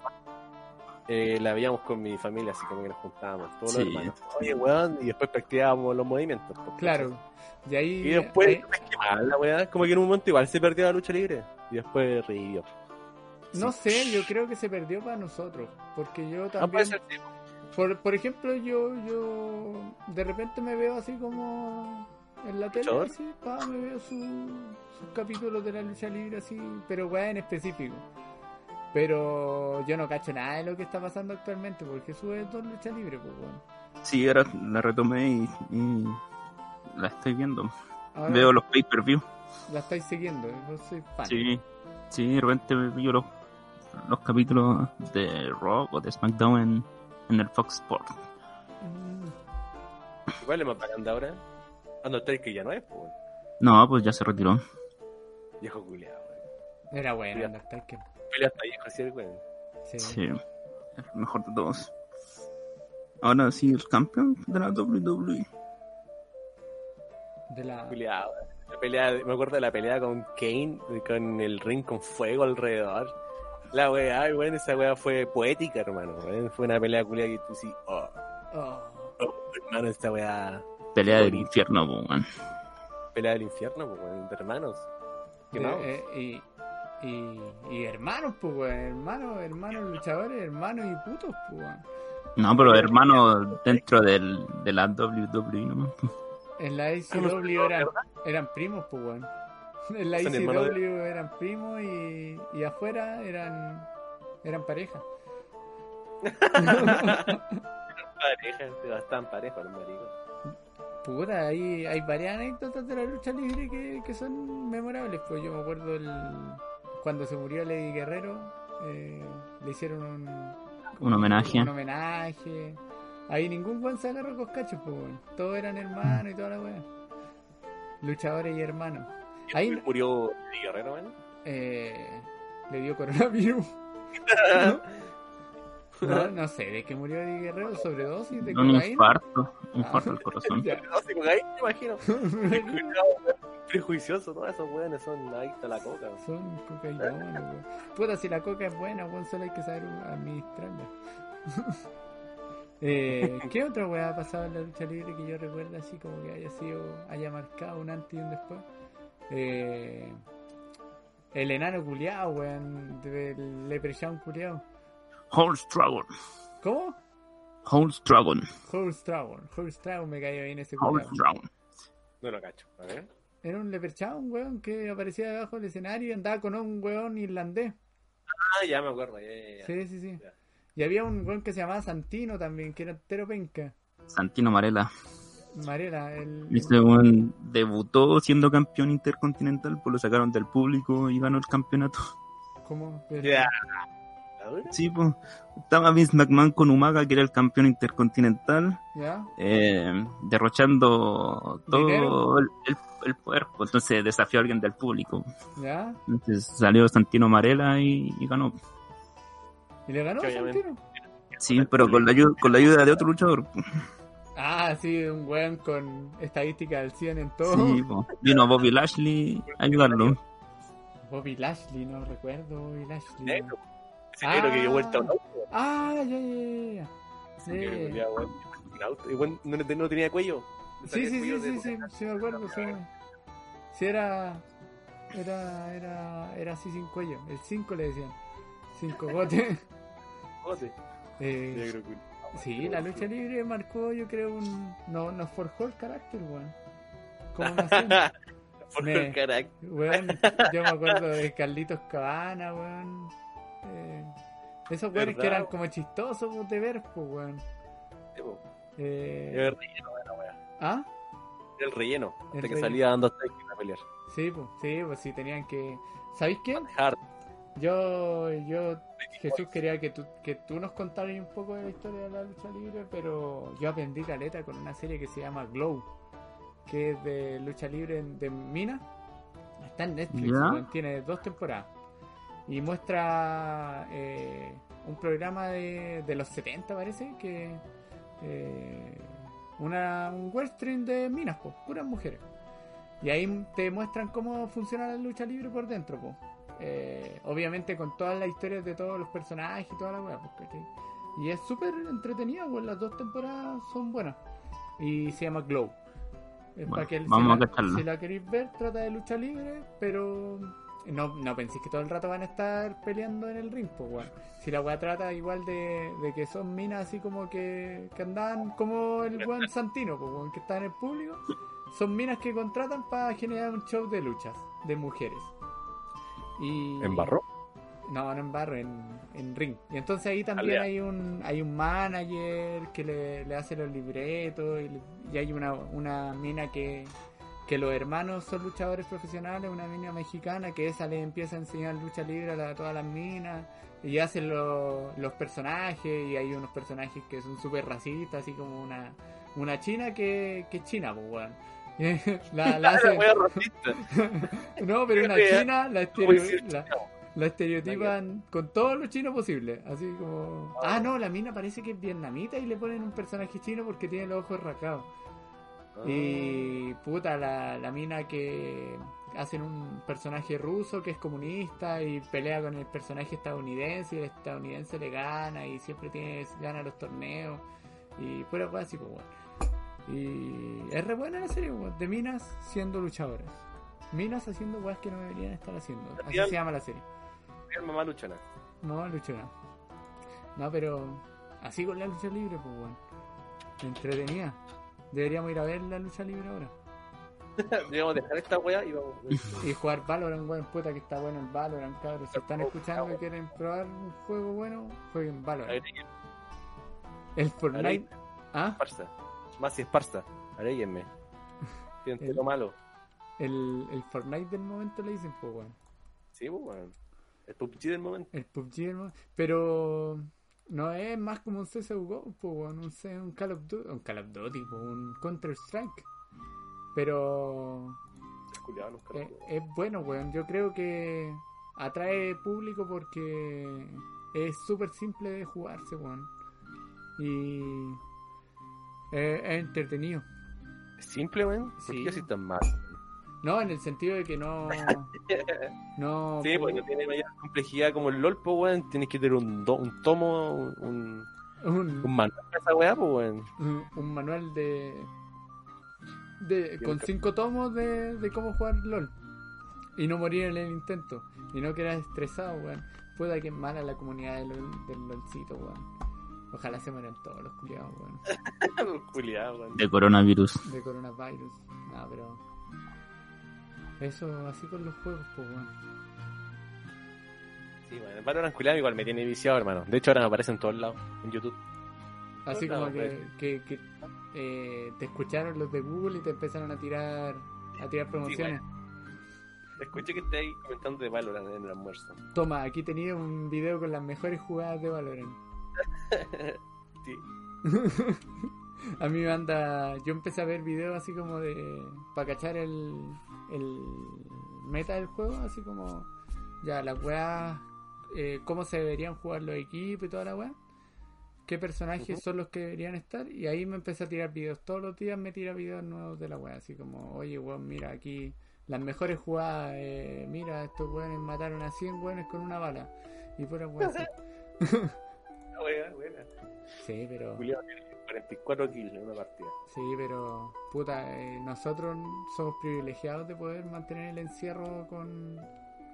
[SPEAKER 1] eh, la veíamos con mi familia, así como que nos juntábamos, todos
[SPEAKER 3] Sí.
[SPEAKER 1] los hermanos. Oye, weón, y después practicábamos los movimientos. po,
[SPEAKER 2] Claro. Y ahí.
[SPEAKER 1] Y después,
[SPEAKER 2] eh,
[SPEAKER 1] Ah, la weá, como que en un momento igual se perdió la lucha libre. Y después revivió.
[SPEAKER 2] no sé, yo creo que se perdió para nosotros. Porque yo
[SPEAKER 1] Ah,
[SPEAKER 2] también.
[SPEAKER 1] puede ser, sí.
[SPEAKER 2] Por, por ejemplo, yo, yo de repente me veo así como en la tele,
[SPEAKER 1] ¿Luchador?
[SPEAKER 2] así, pa, me veo su- sus capítulos de la lucha libre así, pero weá en específico. Pero yo no cacho nada de lo que está pasando actualmente, porque sube dos luchas libres, pues weón.
[SPEAKER 3] Sí, ahora la retomé y, y la estoy viendo.
[SPEAKER 2] Ahora
[SPEAKER 3] Veo los pay-per-view.
[SPEAKER 2] la estáis siguiendo, yo soy fan.
[SPEAKER 3] Sí, sí, de repente yo los los capítulos de Raw o de SmackDown en, en el Fox Sports.
[SPEAKER 2] Mm.
[SPEAKER 1] Igual es más bacán de ahora. Undertaker ya no es, pues.
[SPEAKER 3] No, pues ya se retiró.
[SPEAKER 1] Viejo culiado, weón.
[SPEAKER 2] Era bueno,
[SPEAKER 1] Ya.
[SPEAKER 2] Undertaker.
[SPEAKER 1] Pelea hasta viejo, así el weón.
[SPEAKER 2] Sí.
[SPEAKER 3] Sí, el mejor de todos. Ahora sí, el campeón de la E. WWE.
[SPEAKER 2] De la...
[SPEAKER 1] Culiado, weón. La pelea, de- me acuerdo de la pelea con Kane, de- con el ring con fuego alrededor. La weá, ay, weón, esa weá fue poética, hermano. weón. Fue una pelea culiada que tú sí, oh,
[SPEAKER 2] Oh.
[SPEAKER 1] hermano, esta weá.
[SPEAKER 3] Pelea del
[SPEAKER 1] Bonito.
[SPEAKER 3] infierno, po, weón.
[SPEAKER 1] Pelea del infierno, pues, weón, de hermanos. ¿Qué más?
[SPEAKER 2] Eh, eh, y, y, y hermanos, pues, weón. Hermanos, hermanos luchadores, hermanos y putos, pues, weón.
[SPEAKER 3] No, pero hermano, dentro del, de la E, WWE nomás.
[SPEAKER 2] En la
[SPEAKER 1] no sé,
[SPEAKER 2] ICW eran, eran primos, pues, weón. En la
[SPEAKER 1] Son hermanos de-
[SPEAKER 2] ICW eran primos y, y afuera eran eran pareja.
[SPEAKER 1] Pareja, se bastan pareja los maricos.
[SPEAKER 2] Puta, hay, hay varias anécdotas de la lucha libre que, que son memorables. Pues yo me acuerdo el, cuando se murió Lady Guerrero, eh, le hicieron un,
[SPEAKER 3] Un homenaje.
[SPEAKER 2] un homenaje. Ahí ningún buen se agarró coscachos, pues, weón. todos eran hermanos y toda la weá. Luchadores y hermanos. Ahí
[SPEAKER 1] Ahí murió Eddie Guerrero, weón.
[SPEAKER 2] eh, le dio coronavirus. No, *laughs* no sé, ¿de qué murió Eddie Guerrero? ¿Sobredosis de
[SPEAKER 3] Un
[SPEAKER 2] cocaína?
[SPEAKER 3] infarto, un infarto al corazón.
[SPEAKER 2] *laughs* Ya.
[SPEAKER 1] *laughs* No sé, con ahí me
[SPEAKER 2] *laughs*
[SPEAKER 1] imagino. Prejuicioso, todos esos weones son adictos a la coca. weón.
[SPEAKER 2] Son cocaína, weón. Puta, si la coca es buena, weón, solo hay que saber administrarla. *laughs* eh, ¿Qué otra weá ha pasado en la lucha libre que yo recuerdo así como que haya sido, haya marcado un antes y un después? Eh, el enano culiao, weón, del leprechaun culiao.
[SPEAKER 3] Horse Dragon,
[SPEAKER 2] ¿Cómo?
[SPEAKER 3] Horse Dragon,
[SPEAKER 2] Horse Dragon, Horse Dragon me cayó bien ese
[SPEAKER 3] Horse
[SPEAKER 2] culiao.
[SPEAKER 3] Dragon.
[SPEAKER 1] No lo cacho. A ver.
[SPEAKER 2] Era un leprechaun, weón, que aparecía debajo del escenario y andaba con un weón irlandés.
[SPEAKER 1] Ah, ya me acuerdo. Ya, ya, ya.
[SPEAKER 2] Sí, sí, sí.
[SPEAKER 1] Ya.
[SPEAKER 2] Y había un weón que se llamaba Santino también, que era entero penca.
[SPEAKER 3] Santino Marella.
[SPEAKER 2] Marela, el...
[SPEAKER 3] Este weón debutó siendo campeón intercontinental, pues lo sacaron del público y ganó el campeonato.
[SPEAKER 2] ¿Cómo?
[SPEAKER 1] Ya. ¿Ahora?
[SPEAKER 3] Sí, pues. Estaba Vince McMahon con Umaga, que era el campeón intercontinental,
[SPEAKER 2] ¿Ya?
[SPEAKER 3] eh, derrochando todo
[SPEAKER 2] Dinero.
[SPEAKER 3] el, el- el poder. pues, Entonces desafió a alguien del público.
[SPEAKER 2] ¿Ya?
[SPEAKER 3] Entonces salió Santino Marella y, y ganó.
[SPEAKER 2] ¿Y le ganó
[SPEAKER 1] Que obviamente-
[SPEAKER 2] Santino?
[SPEAKER 3] Sí, pero con la, ayu- con la ayuda de otro luchador. pues.
[SPEAKER 2] Ah, sí, un weón con estadística al 100 en todo.
[SPEAKER 3] Sí, pues. Vino Bobby Lashley a ayudarlo.
[SPEAKER 2] Bobby Lashley, no recuerdo Bobby Lashley.
[SPEAKER 1] Negro. Ese
[SPEAKER 2] Ah.
[SPEAKER 1] negro que dio vuelta a un auto.
[SPEAKER 2] Ah, ya, ya, ya, ya.
[SPEAKER 1] Ese negro que
[SPEAKER 2] Sí,
[SPEAKER 1] dio vuelta a un auto. Y bueno, no, le- no tenía cuello. Le
[SPEAKER 2] sí,
[SPEAKER 1] saqué
[SPEAKER 2] sí,
[SPEAKER 1] el cuello
[SPEAKER 2] sí, sí,
[SPEAKER 1] de-
[SPEAKER 2] sí, sí, me acuerdo, sí. Sí, era... Era, era, era así sin cuello. El 5 le decían. 5 gote.
[SPEAKER 1] Joder,
[SPEAKER 2] *laughs* Eh,
[SPEAKER 1] negro culo.
[SPEAKER 2] Sí, la lucha libre marcó, yo creo, un... No, nos forjó el carácter, weón. Como nación.
[SPEAKER 1] Por
[SPEAKER 2] Me-
[SPEAKER 1] el carácter.
[SPEAKER 2] Weón, yo me acuerdo de Carlitos Cabana, weón. Eh, esos weones
[SPEAKER 1] ¿Verdad,
[SPEAKER 2] que eran
[SPEAKER 1] weón?
[SPEAKER 2] como chistosos de ver, pues, weón.
[SPEAKER 1] po.
[SPEAKER 2] Eh,
[SPEAKER 1] El relleno, bueno, weón.
[SPEAKER 2] ¿Ah?
[SPEAKER 1] El relleno. Hasta
[SPEAKER 2] El
[SPEAKER 1] que
[SPEAKER 2] relleno.
[SPEAKER 1] salía dando hasta a pelear.
[SPEAKER 2] Sí, pues, sí, pues sí, tenían que... ¿Sabéis qué?
[SPEAKER 1] Hard.
[SPEAKER 2] Yo, yo, Jesús, quería que tú, que tú nos contaras un poco de la historia de la lucha libre, pero yo aprendí caleta con una serie que se llama Glow, que es de lucha libre en- de Mina. Está en Netflix,
[SPEAKER 3] Ya.
[SPEAKER 2] weón, tiene dos temporadas. Y muestra eh, un programa de, de los 70, parece, que eh, una, un webstream de minas, po, puras mujeres. Y ahí te muestran cómo funciona la lucha libre por dentro, po. Eh, obviamente con todas las historias de todos los personajes y toda la weá, pues, ¿cachai? Y es súper entretenida, pues las dos temporadas son buenas. Y se llama Glow. Es
[SPEAKER 3] Bueno,
[SPEAKER 2] para que el-
[SPEAKER 3] vamos
[SPEAKER 2] si,
[SPEAKER 3] a
[SPEAKER 2] la,
[SPEAKER 3] cacharla.
[SPEAKER 2] si la queréis ver, trata de lucha libre, pero no, no penséis que todo el rato van a estar peleando en el ring, pues weón. Si la weá trata igual de, de que son minas así como que, que andan como el weón Santino, pues weón, que está en el público, son minas que contratan para generar un show de luchas de mujeres. Y...
[SPEAKER 1] *laughs*
[SPEAKER 2] No, no en barro, en, en ring. Y entonces ahí también
[SPEAKER 1] Aldea.
[SPEAKER 2] hay un hay un manager que le, le hace los libretos y, le- y hay una, una mina que, que los hermanos son luchadores profesionales, una mina mexicana que esa le empieza a enseñar lucha libre a, la- a todas las minas y hacen lo- los personajes y hay unos personajes que son súper racistas, así como una, una china que, que es china, pues, weón. *laughs*
[SPEAKER 1] *laughs*
[SPEAKER 2] La, la hace-
[SPEAKER 1] wea racista.
[SPEAKER 2] no, pero una
[SPEAKER 1] Wea.
[SPEAKER 2] china la,
[SPEAKER 1] Como
[SPEAKER 2] estere-
[SPEAKER 1] decir,
[SPEAKER 2] la-
[SPEAKER 1] chao.
[SPEAKER 2] la estereotipan con todos los chinos posibles. Así como. Ah, no, la mina parece que es vietnamita y le ponen un personaje chino porque tiene los ojos rasgados. Y puta, la, la mina que hacen un personaje ruso que es comunista y pelea con el personaje estadounidense y el estadounidense le gana y siempre tiene, gana los torneos y pura cosa así, pues, weón. Y es re buena la serie, weón, de minas siendo luchadoras. Minas haciendo weas que no deberían estar haciendo. Así se llama la serie.
[SPEAKER 1] Mira, mamá
[SPEAKER 2] *laughs*
[SPEAKER 1] luchona.
[SPEAKER 2] No, luchona. No, pero así con la lucha libre, pues, weón. Entretenida. Deberíamos ir a ver la lucha libre ahora.
[SPEAKER 1] Debemos dejar esta wea y vamos.
[SPEAKER 2] Y jugar Valorant, weón, puta que está bueno el Valorant, cabros. Si están escuchando y quieren probar un juego bueno, jueguen Valorant.
[SPEAKER 1] Agréguenme,
[SPEAKER 2] El Fortnite. Ah,
[SPEAKER 1] esparza. Más si esparza.
[SPEAKER 2] *laughs*
[SPEAKER 1] Agréguenme.
[SPEAKER 2] Eh.
[SPEAKER 1] Siente lo malo.
[SPEAKER 2] el, el Fortnite del momento le dicen, pues, weón.
[SPEAKER 1] Sí, pues, weón. El PUBG del momento.
[SPEAKER 2] El PUBG del momento. Pero no es más como un CSGO, pues, weón. Un, C- un Call of Duty, un Call of Duty, pues, un Counter-Strike. Pero
[SPEAKER 1] Culeado, nunca lo
[SPEAKER 2] Eh,
[SPEAKER 1] tuve.
[SPEAKER 2] Es, bueno, weón. Yo creo que atrae público porque es súper simple de jugarse, weón. Y es, es entretenido.
[SPEAKER 1] ¿Es simple, weón? ¿Por
[SPEAKER 2] Sí.
[SPEAKER 1] qué así tan mal?
[SPEAKER 2] No, en el sentido de que no. No.
[SPEAKER 1] Sí, pues, porque no tiene mayor complejidad como el LOL, pues, weón. Tienes que tener un, do- un tomo, un, un
[SPEAKER 2] un,
[SPEAKER 1] manual para esa weá, pues, *laughs* weón.
[SPEAKER 2] Mm, un manual de. de con
[SPEAKER 1] Bien,
[SPEAKER 2] cinco tomos de, de cómo jugar LOL. Y no morir en el intento. Y no quedar estresado, weón. Puta que es mala la comunidad del, LOL, del LOLcito, weón. Ojalá se mueran todos los culiados, weón.
[SPEAKER 1] Culeado, weón.
[SPEAKER 3] de coronavirus.
[SPEAKER 2] de coronavirus. No, pero. Eso así con los juegos, pues, weón.
[SPEAKER 1] Sí, weón. El Valorant culeado igual me tiene viciado, hermano. De hecho, ahora me aparece en todos lados, en YouTube.
[SPEAKER 2] Así
[SPEAKER 1] No,
[SPEAKER 2] como que,
[SPEAKER 1] pues.
[SPEAKER 2] que, que, eh, te escucharon los de Google y te empezaron a tirar a tirar promociones.
[SPEAKER 1] Escuché que estáis comentando de Valorant en el almuerzo. *laughs*
[SPEAKER 2] Toma, aquí tenía un video con las mejores jugadas de Valorant.
[SPEAKER 1] Sí.
[SPEAKER 2] a mí me anda. Yo empecé a ver videos así como de. para cachar el. el meta del juego, así como. ya, las weas. eh, cómo se deberían jugar los equipos y toda la wea. qué personajes
[SPEAKER 1] Ujú.
[SPEAKER 2] son los que deberían estar. Y ahí me empecé a tirar videos. Todos los días me tira videos nuevos de la wea, así como, oye weón, mira aquí. Las mejores jugadas, eh, mira, estos weones mataron a 100 weones con una bala. Y fuera weón.
[SPEAKER 1] La weá, Ah, buena.
[SPEAKER 2] Sí, pero.
[SPEAKER 1] Culeado tiene 44 kills en una partida.
[SPEAKER 2] Sí, pero puta, eh, nosotros somos privilegiados de poder mantener el encierro con,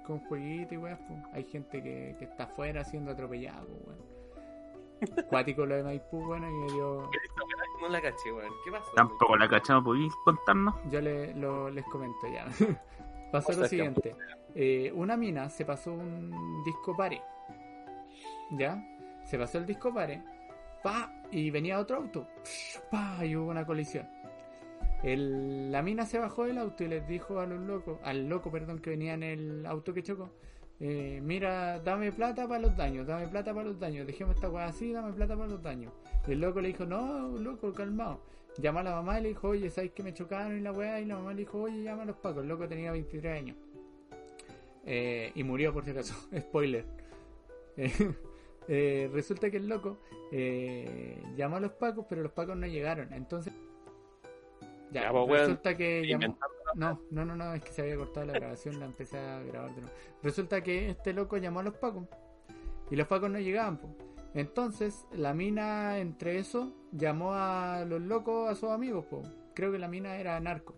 [SPEAKER 2] con jueguito y weas. po. Hay gente que, que está afuera siendo atropellada, pues, weón. Cuático lo de Maipú, bueno, y yo,
[SPEAKER 1] No la caché, weón. ¿Qué pasó?
[SPEAKER 3] Tampoco la cachamos, ¿podéis contarnos?
[SPEAKER 2] yo le- lo- les comento ya. *laughs* Pasó
[SPEAKER 1] O sea,
[SPEAKER 2] lo
[SPEAKER 1] que-
[SPEAKER 2] siguiente. Eh, una mina se pasó un disco pare. ¿Ya? Se pasó el disco pare. Pa, y venía otro auto. Pa, y hubo una colisión. El- la mina se bajó del auto y les dijo a los locos, al loco, perdón, que venía en el auto que chocó. eh, mira, dame plata para los daños, dame plata para los daños, dejemos esta weá así, dame plata para los daños. Y el loco le dijo, no, loco, calmado. Llamó a la mamá y le dijo, oye, ¿sabes que me chocaron y la weá? Y la mamá le dijo, oye, llama a los pacos. El loco tenía 23 años. Eh, y murió por si acaso. *laughs* Spoiler. Eh, eh, resulta que el loco eh, llamó a los pacos, pero los pacos no llegaron. Entonces. Ya,
[SPEAKER 1] Ya, pues, weón.
[SPEAKER 2] resulta que llamó.
[SPEAKER 1] Inventando.
[SPEAKER 2] No, no, no, no, es que se había cortado la grabación, la empecé a grabar de nuevo. Resulta que este loco llamó a los pacos y los pacos no llegaban. po. Entonces, la mina, entre eso, llamó a los locos, a sus amigos. po. Creo que la mina era narco.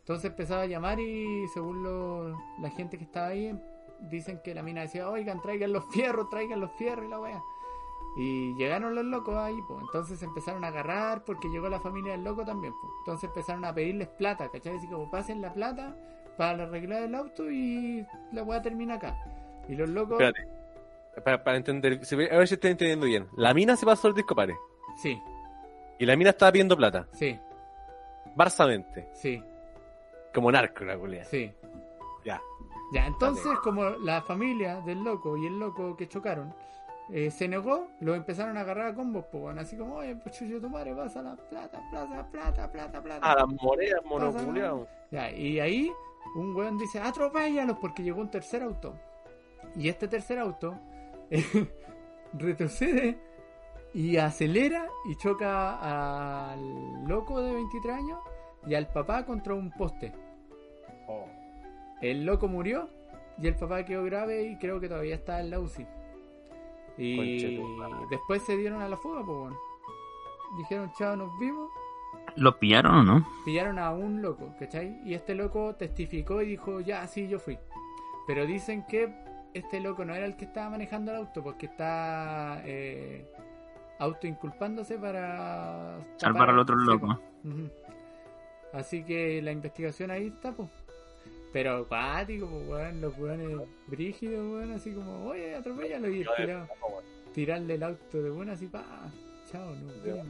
[SPEAKER 2] Entonces empezaba a llamar y según lo- la gente que estaba ahí, dicen que la mina decía, oigan, traigan los fierros, traigan los fierros y la wea. Y llegaron los locos ahí, pues. Entonces se empezaron a agarrar porque llegó la familia del loco también, pues. Entonces empezaron a pedirles plata, ¿cachai? Así como pasen la plata para arreglar el auto y la weá termina acá. Y los locos...
[SPEAKER 1] Espérate. Para, para entender, se ve- a ver si estoy entendiendo bien. La mina se pasó el disco, pare.
[SPEAKER 2] Sí,
[SPEAKER 1] Y la mina estaba pidiendo plata.
[SPEAKER 2] sí,
[SPEAKER 1] Barsamente.
[SPEAKER 2] sí.
[SPEAKER 1] Como narco, la culia.
[SPEAKER 2] Sí.
[SPEAKER 1] Ya.
[SPEAKER 2] Ya, entonces, como la familia del loco y el loco que chocaron eh, se negó, lo empezaron a agarrar a combos, pues, weón. así como, oye, pues chucho tu madre, pasa la plata, plata, plata, plata, plata.
[SPEAKER 1] A las monedas, Ah, monoculiao.
[SPEAKER 2] Ya, y ahí un weón dice, atropéllalos porque llegó un tercer auto. Y este tercer auto *laughs* eh, retrocede y acelera y choca al loco de 23 años y al papá contra un poste.
[SPEAKER 1] Oh.
[SPEAKER 2] El loco murió y el papá quedó grave y creo que todavía está en la UCI. Y
[SPEAKER 1] Conchetumare.
[SPEAKER 2] después se dieron a la fuga, pues bueno. Dijeron, chao, nos vimos.
[SPEAKER 3] ¿Lo pillaron o no?
[SPEAKER 2] Pillaron a un loco, ¿cachai? Y este loco testificó y dijo, ya, sí, yo fui. Pero dicen que este loco no era el que estaba manejando el auto porque está eh, autoinculpándose para...
[SPEAKER 3] Salvar al otro
[SPEAKER 2] Sí,
[SPEAKER 3] loco.
[SPEAKER 2] po. Ujú. Así que la investigación ahí está, pues. Pero acuático, pues, weón, los weones brígidos, weón, así como, oye, atropéllalo y
[SPEAKER 1] Yo de-
[SPEAKER 2] tirado- tirarle el auto de buenas y pa, chao, no, weón.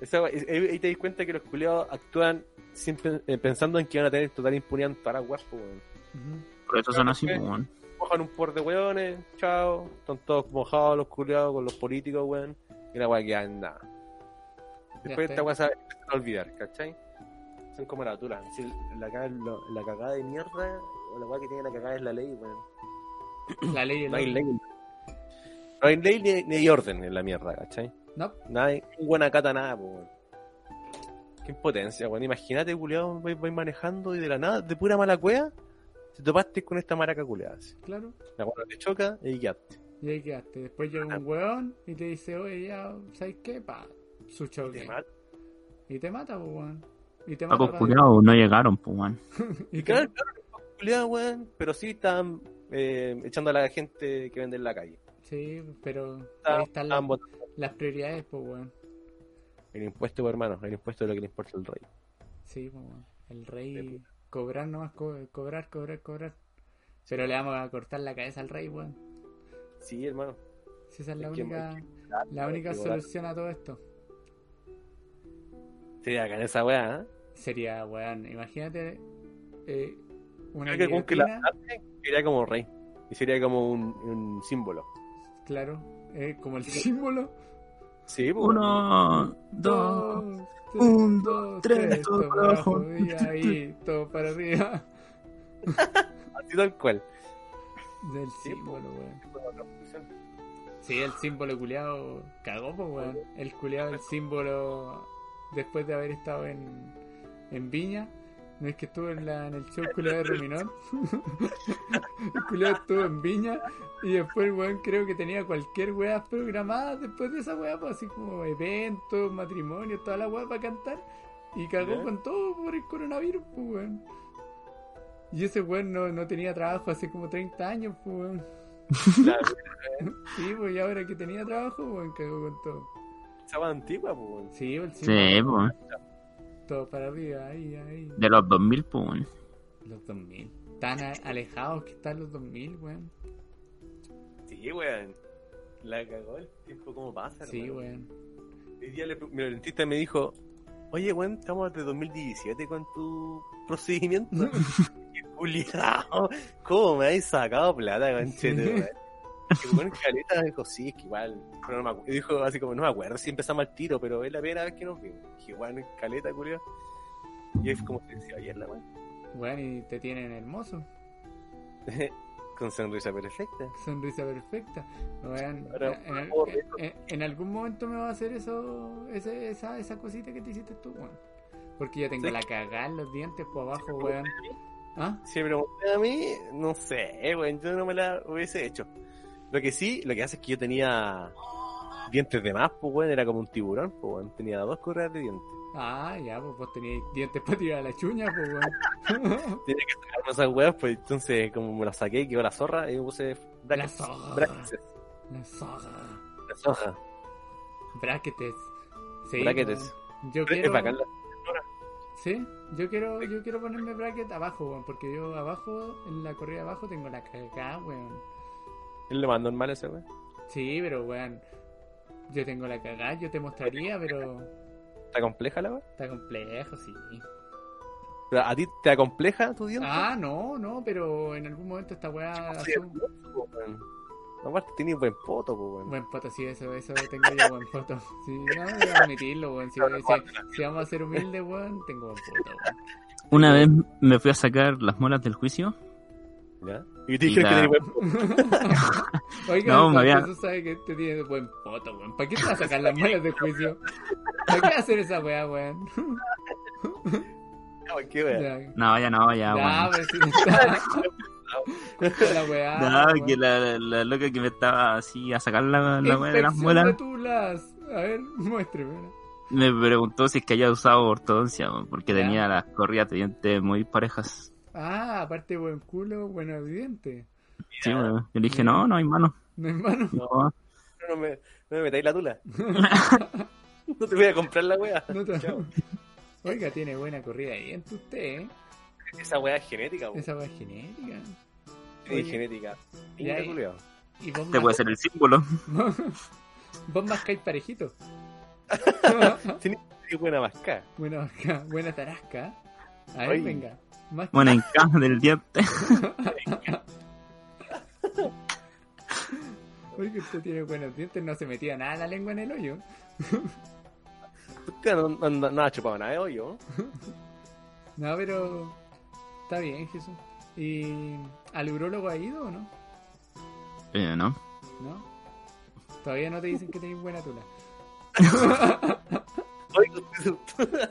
[SPEAKER 1] Esa wea- ahí- ahí te das cuenta que los culiados actúan siempre eh, pensando en que van a tener total impunidad en todas las weas, po, weón.
[SPEAKER 2] Ujú.
[SPEAKER 3] Por eso son así, pues, weón.
[SPEAKER 1] Mojan un por de weones, chao. Están todos mojados los culiados con los políticos, weón. Y la wea queda en nada. Después
[SPEAKER 2] Ya está.
[SPEAKER 1] esta wea se va a olvidar, ¿cachai? Son como la altura. Si la, ca- lo- la cagada de mierda, o la wea que tiene la cagada es la ley, weón.
[SPEAKER 2] La ley del
[SPEAKER 1] No hay
[SPEAKER 2] auto.
[SPEAKER 1] ley. No hay ley ni, ni hay orden en la mierda, ¿cachai?
[SPEAKER 2] No,
[SPEAKER 1] Nadie, un buen acata nada, po, weón. Qué impotencia, weón. Imagínate, culiado, vais, vais manejando y de la nada, de pura mala cueva, te topaste con esta maraca culeada. así.
[SPEAKER 2] claro.
[SPEAKER 1] La cual te choca y ya.
[SPEAKER 2] Y ahí quedaste. Después llega un weón y te dice, oye, ya, ¿sabes qué? Pa, su choque.
[SPEAKER 1] Te mata.
[SPEAKER 2] Y te mata, pues, weón. Y te mata.
[SPEAKER 3] Pacos
[SPEAKER 2] pa-
[SPEAKER 3] culiados no llegaron, pues, weón.
[SPEAKER 2] Y
[SPEAKER 1] Y
[SPEAKER 2] te-
[SPEAKER 1] claro, claro, culiado, weón. Pero sí están eh, echando a la gente que vende en la calle.
[SPEAKER 2] Sí, pero ahí
[SPEAKER 1] Estaban-
[SPEAKER 2] están las,
[SPEAKER 1] estaban botando
[SPEAKER 2] las prioridades, pues, weón.
[SPEAKER 1] El impuesto, pues, hermano, el impuesto es lo que le importa al rey.
[SPEAKER 2] Sí, pues, weón. El rey, cobrar nomás, co- cobrar, cobrar, cobrar. Pero le vamos a cortar la cabeza al rey, weón.
[SPEAKER 1] Sí, hermano.
[SPEAKER 2] Si esa es
[SPEAKER 1] Es
[SPEAKER 2] la
[SPEAKER 1] que-
[SPEAKER 2] única, la única
[SPEAKER 1] Igual,
[SPEAKER 2] solución a todo esto.
[SPEAKER 1] Sí, acá en esa weá, ¿eh?
[SPEAKER 2] Sería, weón, imagínate eh, una
[SPEAKER 1] Creo que como que la
[SPEAKER 2] guillotina,
[SPEAKER 1] arte sería como rey. Y sería como un, un símbolo.
[SPEAKER 2] claro, eh, como el símbolo.
[SPEAKER 1] Sí, pues,
[SPEAKER 3] Uno, dos.
[SPEAKER 2] tres,
[SPEAKER 3] un, dos, tres, todo
[SPEAKER 2] todo
[SPEAKER 3] para
[SPEAKER 2] para
[SPEAKER 3] abajo.
[SPEAKER 2] abajo, y ahí, todo para arriba.
[SPEAKER 1] así tal cual.
[SPEAKER 2] Del
[SPEAKER 1] Sí, po.
[SPEAKER 2] símbolo, weón. Sí, el símbolo culiado cagó, pues, weón. El culiado, el símbolo, después de haber estado en, en Viña, no es que estuvo en, la, en el show culiado de Ruminón. *laughs* el culiado estuvo en Viña y después el weón creo que tenía cualquier weá programada después de esa weá, pues, así como eventos, matrimonios, toda la weá para cantar. Y cagó
[SPEAKER 1] Ya.
[SPEAKER 2] con todo por el coronavirus, pues, weón. Y ese weón no, no tenía trabajo hace como 30 años, pues, weón.
[SPEAKER 1] Claro,
[SPEAKER 2] *laughs* Sí, pues y ahora que tenía trabajo, weón, cagó con todo.
[SPEAKER 1] esa weá antigua, pues. weón.
[SPEAKER 2] Sí, el sí,
[SPEAKER 3] Sí, pues.
[SPEAKER 2] Todo para arriba, ahí, ahí.
[SPEAKER 3] De los 2000, pues, weón.
[SPEAKER 2] Los 2000. Tan a- alejados que están los 2000, weón.
[SPEAKER 1] Sí, weón. La cagó el tiempo, ¿cómo pasa?
[SPEAKER 2] Sí,
[SPEAKER 1] hermano?
[SPEAKER 2] weón.
[SPEAKER 1] Hoy día le, pre- mira, el dentista me dijo: Oye, weón, estamos desde 2017 con tu procedimiento.
[SPEAKER 2] *laughs*
[SPEAKER 1] Qué culiao. ¿Cómo me habéis sacado plata, conchete,
[SPEAKER 2] Sí.
[SPEAKER 1] weón? Y bueno, Caleta dijo, sí, es que igual, pero no me acu- dijo así como, no me acuerdo si empezamos al tiro, pero es la primera vez que nos vimos. Que igual, Caleta, culiao. Y es como se decía ayer la weón.
[SPEAKER 2] Weón, y te tienen hermoso.
[SPEAKER 1] *laughs* con sonrisa perfecta.
[SPEAKER 2] Sonrisa perfecta. Weón,
[SPEAKER 1] Ahora,
[SPEAKER 2] en, al-
[SPEAKER 1] por favor,
[SPEAKER 2] en- en- en algún momento me va a hacer eso, ese- esa, esa cosita que te hiciste tú, weón. Porque yo tengo
[SPEAKER 1] Sí.
[SPEAKER 2] la cagada en los dientes por abajo,
[SPEAKER 1] Sí,
[SPEAKER 2] weón. ¿Ah?
[SPEAKER 1] Si me pregunté a mí, no sé, weón, yo no me la hubiese hecho. Lo que sí, lo que hace es que yo tenía dientes de más, pues weón, era como un tiburón, pues weón, tenía dos correas de dientes.
[SPEAKER 2] Ah, ya, pues vos tenías dientes para tirar a la chuña, pues,
[SPEAKER 1] *laughs*
[SPEAKER 2] weón.
[SPEAKER 1] Tenía que sacarme esas weas, pues entonces como me las saqué, quedó la zorra y me puse
[SPEAKER 2] la
[SPEAKER 1] brackets.
[SPEAKER 2] soga.
[SPEAKER 1] Brackets,
[SPEAKER 2] La soga.
[SPEAKER 1] la zorra.
[SPEAKER 2] Brackets. Sí,
[SPEAKER 1] Brackets.
[SPEAKER 2] weón. Yo
[SPEAKER 1] Es
[SPEAKER 2] quiero.
[SPEAKER 1] bacán la-
[SPEAKER 2] Sí, yo quiero, yo quiero ponerme bracket abajo, weón, porque yo abajo, en la corrida abajo, tengo la cagada, weón.
[SPEAKER 1] es lo más normal ese weón.
[SPEAKER 2] Sí, pero weón, yo tengo la cagada, yo te mostraría, pero
[SPEAKER 1] Está compleja la wea.
[SPEAKER 2] está complejo, sí.
[SPEAKER 1] Pero ¿A ti te acompleja tu diente?
[SPEAKER 2] Ah, no, no, pero en algún momento esta weá.
[SPEAKER 1] Sí,
[SPEAKER 2] azul-
[SPEAKER 1] po, pues, weón. Aparte, tenés buen poto, po, weón.
[SPEAKER 2] Buen foto, sí, eso, eso tengo yo buen foto. Sí, no, debo admitirlo, weón. Si, si- si vamos a ser humildes, weón, tengo buen foto, weón.
[SPEAKER 3] Una vez me fui a sacar las muelas del juicio.
[SPEAKER 1] ¿Ya? Y te dijeron
[SPEAKER 3] Ya.
[SPEAKER 1] que tenés buen poto.
[SPEAKER 2] Oiga,
[SPEAKER 3] No,
[SPEAKER 2] Juan
[SPEAKER 3] Mariana.
[SPEAKER 2] Jesús sabe que este tiene buen foto, weón. ¿Para qué te vas a sacar las malas de juicio? ¿Para qué vas a hacer esa weá, weón?
[SPEAKER 1] Ya, weón, qué weón.
[SPEAKER 2] Ya,
[SPEAKER 3] No, ya no, ya,
[SPEAKER 2] Ya,
[SPEAKER 3] weón.
[SPEAKER 2] pues, sí, está.
[SPEAKER 1] *laughs*
[SPEAKER 2] Corta la weá,
[SPEAKER 3] *laughs* No,
[SPEAKER 2] weón.
[SPEAKER 3] que la, la loca que me estaba así a sacar la, la weá de las
[SPEAKER 2] Inspección
[SPEAKER 3] muelas
[SPEAKER 2] de tulas. A ver, *laughs* muéstreme.
[SPEAKER 3] me preguntó si es que había usado ortodoncia, weón, porque
[SPEAKER 2] Ya.
[SPEAKER 3] tenía las corridas de dientes muy parejas.
[SPEAKER 2] Ah, aparte buen culo, buen evidente.
[SPEAKER 3] Sí, weón. Yo le dije, no, no hay mano. "Ah,
[SPEAKER 2] No hermano.
[SPEAKER 3] No.
[SPEAKER 1] No me, no me metáis la
[SPEAKER 2] *laughs*
[SPEAKER 1] tula. no te voy a comprar la weá.
[SPEAKER 2] No te-
[SPEAKER 1] Chao.
[SPEAKER 2] *laughs* Oiga, tiene buena corrida ahí entre usted, ¿eh?
[SPEAKER 1] Esa weá es genética, weón.
[SPEAKER 2] Esa va genética.
[SPEAKER 1] Tiene
[SPEAKER 2] oye.
[SPEAKER 1] genética.
[SPEAKER 2] Ya,
[SPEAKER 1] Inga,
[SPEAKER 2] y-
[SPEAKER 1] culiao.
[SPEAKER 2] Y vos,
[SPEAKER 3] Te puede
[SPEAKER 2] *laughs*
[SPEAKER 3] ser el símbolo. *laughs*
[SPEAKER 2] más... vos mascáis
[SPEAKER 1] *laughs*
[SPEAKER 2] parejito.
[SPEAKER 1] Qué buena mascada.
[SPEAKER 2] buena masca, buena tarasca. A ver,
[SPEAKER 1] Oye.
[SPEAKER 2] venga. Más
[SPEAKER 3] Bueno, en caja del diente.
[SPEAKER 2] que usted tiene buenos dientes, no se metía nada la lengua en el hoyo.
[SPEAKER 1] Usted no, no, no, no ha chupado nada de hoyo. ¿no?
[SPEAKER 2] No, pero está bien, Jesús. ¿Y al urólogo ha ido o no?
[SPEAKER 3] *laughs* Eh, no.
[SPEAKER 2] ¿No? Todavía no te dicen que tenés buena tula.
[SPEAKER 1] Oye,
[SPEAKER 2] *laughs*
[SPEAKER 1] usted-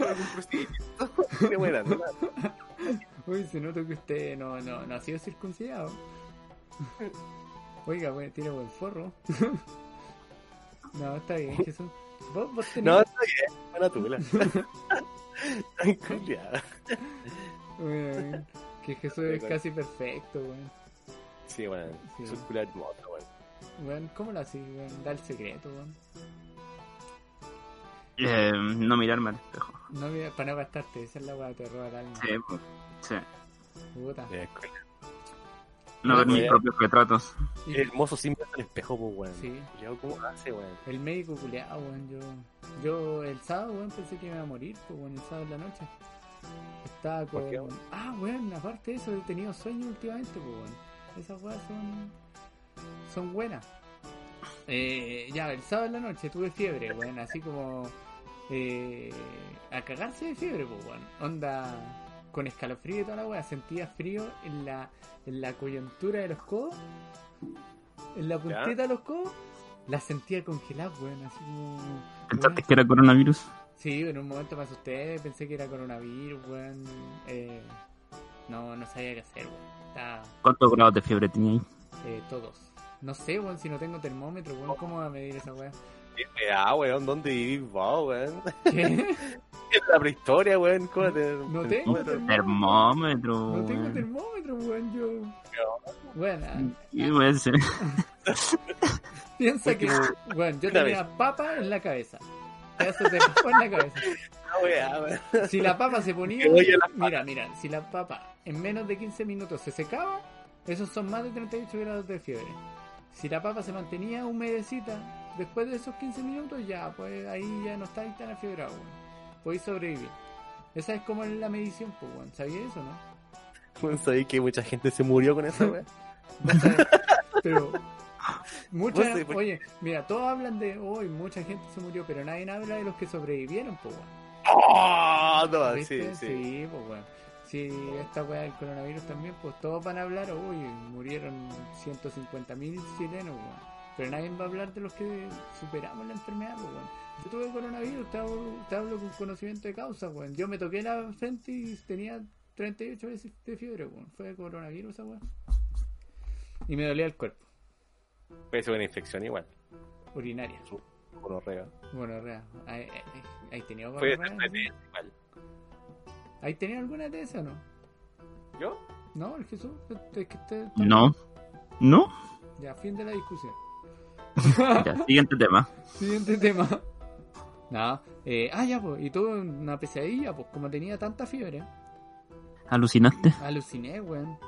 [SPEAKER 1] Algún procedimiento. Qué buena tula.
[SPEAKER 2] Uy, se nota que usted no, no, no ha sido circuncidado. Oiga, bueno, tiene buen forro. *laughs* No, está bien, Jesús. Vos, vos tenés...
[SPEAKER 1] No, está bien. Buena
[SPEAKER 2] *laughs*
[SPEAKER 1] tula. Ay, culiao.
[SPEAKER 2] Weón, que Jesús es
[SPEAKER 1] Oiga.
[SPEAKER 2] casi perfecto, weón.
[SPEAKER 1] Sí, bueno.
[SPEAKER 2] Sí.
[SPEAKER 1] Es un culiao hermoso, weón.
[SPEAKER 2] Weón, ¿cómo lo haces, weón? Da el secreto, weón.
[SPEAKER 3] Eh, no mirarme al espejo.
[SPEAKER 2] No, mira, para no gastarte, esa es la weá, te roba el alma.
[SPEAKER 3] Sí, po. sí.
[SPEAKER 2] Puta.
[SPEAKER 1] Eh, culiao.
[SPEAKER 3] No ver mis
[SPEAKER 1] Ya.
[SPEAKER 3] propios retratos.
[SPEAKER 2] Y-
[SPEAKER 1] Qué hermoso sin verse al espejo, pues, weón.
[SPEAKER 2] Sí.
[SPEAKER 1] Culiao, ¿Cómo hace, weón?
[SPEAKER 2] El médico culeado, weón. Yo, yo el sábado, weón, pensé que me iba a morir, pues, weón, el sábado en la noche. Estaba con.
[SPEAKER 1] ¿Por qué, weón?
[SPEAKER 2] Ah, weón, aparte de eso, he tenido sueños últimamente, pues, weón. Esas weas son. son buenas. Eh, ya, el sábado en la noche tuve fiebre, weón, así como. eh, a cagarse de fiebre, pues, weón. Onda. Con escalofrío y toda la wea, sentía frío en la, en la coyuntura de los codos, en la puntita de los codos, la sentía congelada, weón, así como.
[SPEAKER 3] ¿Pensaste
[SPEAKER 2] weón.
[SPEAKER 3] que era coronavirus?
[SPEAKER 2] Sí, en un momento me asusté, pensé que era coronavirus, weón. Eh, no, no sabía qué hacer, weón. Estaba
[SPEAKER 3] ¿Cuántos grados de fiebre tenía ahí?
[SPEAKER 2] eh, todos. No sé, weón, si no tengo termómetro, weón, ¿cómo va a medir esa weón?
[SPEAKER 1] Qué weá, weón. ¿Dónde vivís vos, weón?
[SPEAKER 2] *laughs*
[SPEAKER 1] *laughs*
[SPEAKER 2] ¿Qué?
[SPEAKER 1] Es la prehistoria, weón. ¿Cómo te...
[SPEAKER 2] No tengo termómetro.
[SPEAKER 3] Termómetro.
[SPEAKER 2] No tengo
[SPEAKER 3] weón. Mm.
[SPEAKER 2] termómetro, weón, yo. Weón, ah,
[SPEAKER 3] Y, weón, se-
[SPEAKER 2] piensa *laughs* que, weón, yo
[SPEAKER 1] Una
[SPEAKER 2] tenía papa en la cabeza. Pedazos de papa en la cabeza.
[SPEAKER 1] Ah, weá, weón.
[SPEAKER 2] Si la papa se ponía.
[SPEAKER 1] Que oye la
[SPEAKER 2] Mira, mira, si la papa en menos de 15 minutos se secaba, esos son más de 38 grados de fiebre. Si la papa se mantenía humedecita después de esos 15 minutos, ya, pues ahí ya no estáis tan afiebrados, weón. Podéis sobrevivir. Esa es como la medición, pues, weón. ¿Sabías eso, no?
[SPEAKER 1] Weón, sabéis que mucha gente se murió con esa
[SPEAKER 2] *laughs*
[SPEAKER 1] weá.
[SPEAKER 2] O sea, *laughs* Pero. Mucha,
[SPEAKER 1] Vos sé, por-
[SPEAKER 2] oye, mira, todos hablan de hoy, mucha gente se murió, pero nadie habla de los que sobrevivieron, pues, weón.
[SPEAKER 1] ¡Oh! No,
[SPEAKER 2] ¿Viste?
[SPEAKER 1] sí, sí.
[SPEAKER 2] pues weón. Si esta weá del coronavirus también, pues todos van a hablar, uy, murieron 150.000 chilenos, weón. Pero nadie va a hablar de los que superamos la enfermedad, pues weón. Yo tuve coronavirus, te hablo, te hablo con conocimiento de causa, weón. Yo me toqué la frente y tenía 38 veces de fiebre, weón. Fue de coronavirus esa weón. Y me dolía el cuerpo,
[SPEAKER 1] Puede ser una infección igual.
[SPEAKER 2] urinaria.
[SPEAKER 1] Gonorrea.
[SPEAKER 2] Bueno, rea. ¿Hay, hay, tenido
[SPEAKER 1] Puede
[SPEAKER 2] gonorrea?
[SPEAKER 1] ser una ETS igual.
[SPEAKER 2] ¿Hay tenido alguna de esas o no?
[SPEAKER 1] ¿Yo?
[SPEAKER 2] No, el Jesús, es que usted está-
[SPEAKER 3] No. No.
[SPEAKER 2] Ya, fin de la discusión.
[SPEAKER 3] *laughs* Ya, siguiente tema.
[SPEAKER 2] Siguiente tema. No, eh, ah, ya, pues, y tuve una pesadilla, pues, como tenía tanta fiebre,
[SPEAKER 3] ¿Alucinaste?
[SPEAKER 2] aluciné, weón.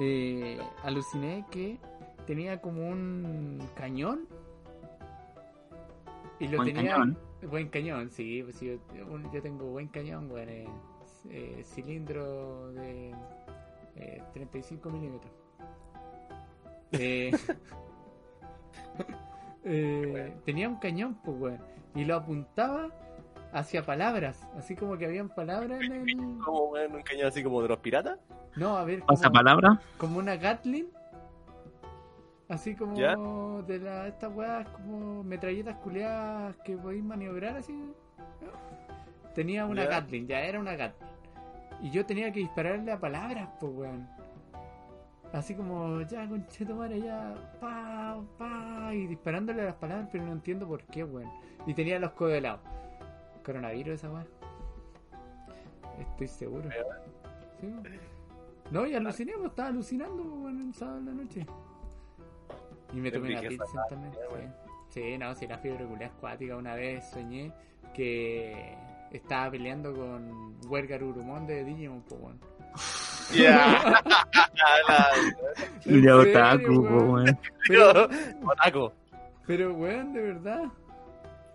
[SPEAKER 2] Eh, aluciné que tenía como un cañón. Y lo
[SPEAKER 3] Un
[SPEAKER 2] tenía.
[SPEAKER 3] cañón.
[SPEAKER 2] Buen cañón, sí. pues sí, yo, un- yo tengo buen cañón, weón. eh, eh, cilindro de eh, 35 milímetros. Eh, *laughs* eh,
[SPEAKER 1] bueno.
[SPEAKER 2] tenía un cañón, pues, weón. Y lo apuntaba hacia palabras. Así como que habían palabras en el.
[SPEAKER 1] Como, weón, un cañón así como de los piratas.
[SPEAKER 2] No, a ver,
[SPEAKER 3] Pasa
[SPEAKER 2] como,
[SPEAKER 3] palabra.
[SPEAKER 2] como una Gatlin. Así como
[SPEAKER 1] ¿Ya?
[SPEAKER 2] de la, estas weas, como metralletas culeadas que podéis maniobrar así. Tenía una
[SPEAKER 1] ¿Ya?
[SPEAKER 2] Gatlin, ya era una Gatlin. Y yo tenía que dispararle a palabras, pues weón. Así como, ya, conchetumare, ya, pa, pa, y disparándole a las palabras, pero no entiendo por qué, weón. Y tenía los codos helados. Coronavirus, esa weón. Estoy seguro. Sí, weón. No, y aluciné, pues, estaba alucinando, pues, weón, el sábado en la noche. Y me
[SPEAKER 1] Te
[SPEAKER 2] tomé una
[SPEAKER 1] piqué
[SPEAKER 2] pizza
[SPEAKER 1] esa
[SPEAKER 2] también.
[SPEAKER 1] ya,
[SPEAKER 2] Sí.
[SPEAKER 1] weón.
[SPEAKER 2] Sí, no, si la fiebre culiá acuática una vez soñé que estaba peleando con Huergar Urumon de Digimon, pues, weón.
[SPEAKER 1] *laughs* *laughs* Ya.
[SPEAKER 2] ¿En
[SPEAKER 3] De
[SPEAKER 2] serio,
[SPEAKER 3] otaku,
[SPEAKER 2] weón?
[SPEAKER 3] po, weón.
[SPEAKER 2] Pero,
[SPEAKER 1] Monaco.
[SPEAKER 2] pero, weón, de verdad.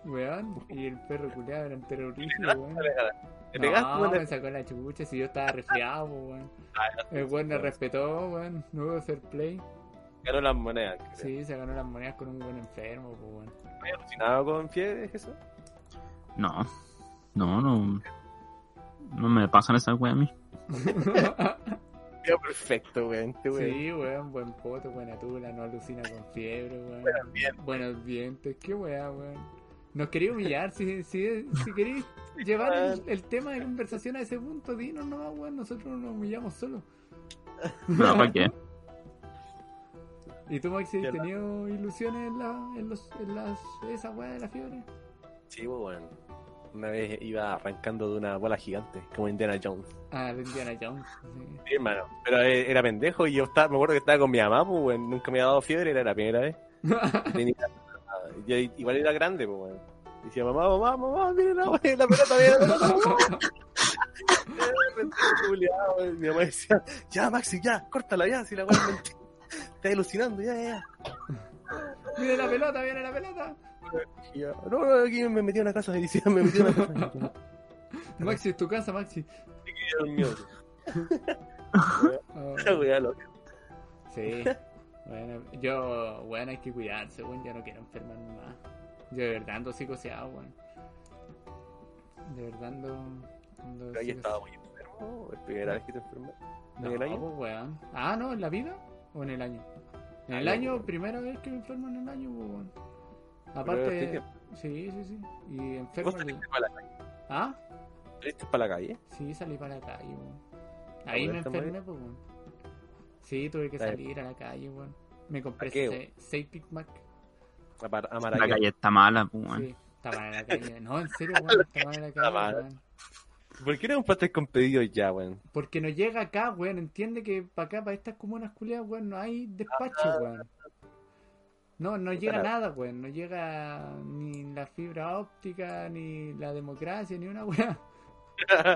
[SPEAKER 2] Weón, y el perro culiado era entero
[SPEAKER 1] *laughs*
[SPEAKER 2] rígido, weón.
[SPEAKER 1] Te pegaste,
[SPEAKER 2] No,
[SPEAKER 1] weón.
[SPEAKER 2] me sacó la chucha si yo estaba resfriado, po, weón.
[SPEAKER 1] ah,
[SPEAKER 2] El weón me respetó, weón. No hubo fair play.
[SPEAKER 1] Ganó las monedas. creo.
[SPEAKER 2] Sí, se ganó las monedas con un weón enfermo, pues, weón.
[SPEAKER 1] ¿Estás alucinado con fiebre, Jesús?
[SPEAKER 3] No. No, no. No me pasan esas weas a mí.
[SPEAKER 1] Ya, perfecto, weón. Este weón.
[SPEAKER 2] Sí, weón, buen poto, buena tula, no alucina con fiebre, weón.
[SPEAKER 1] Buenos dientes.
[SPEAKER 2] Buenos dientes, qué weá, weón. Nos quería humillar, si, si, si queréis llevar el, el tema de conversación a ese punto, dinos nomás, weón, nosotros nos humillamos solos.
[SPEAKER 3] No, ¿para *laughs* qué?
[SPEAKER 2] ¿Y tú, Maxi,
[SPEAKER 1] Ya
[SPEAKER 2] has
[SPEAKER 1] la-
[SPEAKER 2] tenido ilusiones en, la, en, los, en las, esa weá de la fiebre?
[SPEAKER 1] Sí, weón. Una vez iba arrancando de una bola gigante, como Indiana Jones.
[SPEAKER 2] Ah, de Indiana Jones. sí.
[SPEAKER 1] Sí, hermano. Pero eh, era pendejo y yo estaba, me acuerdo que estaba con mi mamá, pues, weón. Nunca me había dado fiebre, era la primera vez. Y tenía- y ahí- igual era grande, pues, weón. Y decía, mamá, mamá, mamá, mira la, *laughs* weón, la pelota, mira la pelota, mamá. *laughs* Pendejo, culiao, weón. Mi mamá decía, ya, Maxi, ya, córtala ya, si la weón me- está ilusionando, ya, ya, ya.
[SPEAKER 2] ¡Viene la pelota, viene la pelota! *laughs*
[SPEAKER 1] Y yo, no, no, aquí me metí en una casa *laughs* y decía, me metí en una
[SPEAKER 2] *laughs*
[SPEAKER 1] casa.
[SPEAKER 2] Maxi, es tu casa, Maxi.
[SPEAKER 1] Y yo, miedo.
[SPEAKER 2] Ah.
[SPEAKER 1] *laughs*
[SPEAKER 2] Sí. Bueno, yo, weón, hay que cuidarse, weón. Ya no quiero enfermarme más. Yo de verdad ando psicoseado, weón. De verdad ando. ando
[SPEAKER 1] Pero ahí
[SPEAKER 2] psicoseado.
[SPEAKER 1] estaba muy enfermo, es primera vez que te enfermas.
[SPEAKER 2] No,
[SPEAKER 1] en el año.
[SPEAKER 2] pues, weón. Ah, no, en la vida o en el año. En el
[SPEAKER 1] Ah,
[SPEAKER 2] año,
[SPEAKER 1] weón.
[SPEAKER 2] primera vez que me enfermo en el año, pues, weón.
[SPEAKER 1] este
[SPEAKER 2] Aparte.
[SPEAKER 1] tiempo.
[SPEAKER 2] Sí, sí, sí. Y enfermo.
[SPEAKER 1] Vos
[SPEAKER 2] el-
[SPEAKER 1] saliste para la calle,
[SPEAKER 2] Ah,
[SPEAKER 1] saliste para la calle.
[SPEAKER 2] sí, salí para la calle, weón.
[SPEAKER 1] Ah, ¿A
[SPEAKER 2] Ahí
[SPEAKER 1] poder
[SPEAKER 2] me
[SPEAKER 1] tomar?
[SPEAKER 2] enfermé, pues, weón. Sí, tuve que
[SPEAKER 1] Está bien.
[SPEAKER 2] salir a la calle, weón. Me compré
[SPEAKER 1] ¿A qué,
[SPEAKER 2] seis, seis Big Mac.
[SPEAKER 1] A Mar- a
[SPEAKER 3] La
[SPEAKER 1] Maracay.
[SPEAKER 3] calle está mala, po, weón.
[SPEAKER 2] Sí, está mal en la calle. No, en serio, weón, está mal en la calle,
[SPEAKER 1] mal.
[SPEAKER 2] weón.
[SPEAKER 1] ¿Por qué no compraste con pedido ya, weón?
[SPEAKER 2] Porque no llega acá, weón. Entiende que para acá, para estas comunas culiadas, weón, no hay despacho, weón. No, no llega
[SPEAKER 1] la-
[SPEAKER 2] nada, weón. No llega ni la fibra óptica, ni la democracia, ni una weá.
[SPEAKER 1] *laughs*